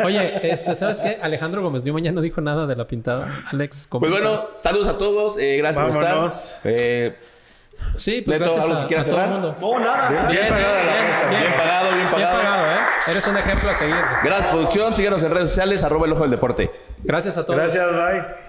Speaker 7: Oye, este, ¿sabes qué? Alejandro Gómez Newman ya no dijo nada de la pintada. Alex,
Speaker 2: Pues
Speaker 7: comenta.
Speaker 2: bueno, saludos a todos. eh, gracias por
Speaker 4: Vámonos.
Speaker 2: estar. Eh,
Speaker 3: Sí, pues
Speaker 2: Neto,
Speaker 3: gracias
Speaker 2: ¿algo
Speaker 3: a,
Speaker 2: que quieras
Speaker 3: a todo el
Speaker 2: cerrar?
Speaker 3: mundo.
Speaker 1: No, nada.
Speaker 4: Bien pagada la fiesta.
Speaker 2: bien pagado, bien
Speaker 3: Bien
Speaker 2: pagado.
Speaker 3: pagado, ¿eh? Eres un ejemplo a seguir. pues.
Speaker 2: Gracias, producción. Síguenos en redes sociales, arroba el ojo del deporte.
Speaker 3: Gracias a todos.
Speaker 4: Gracias, bye.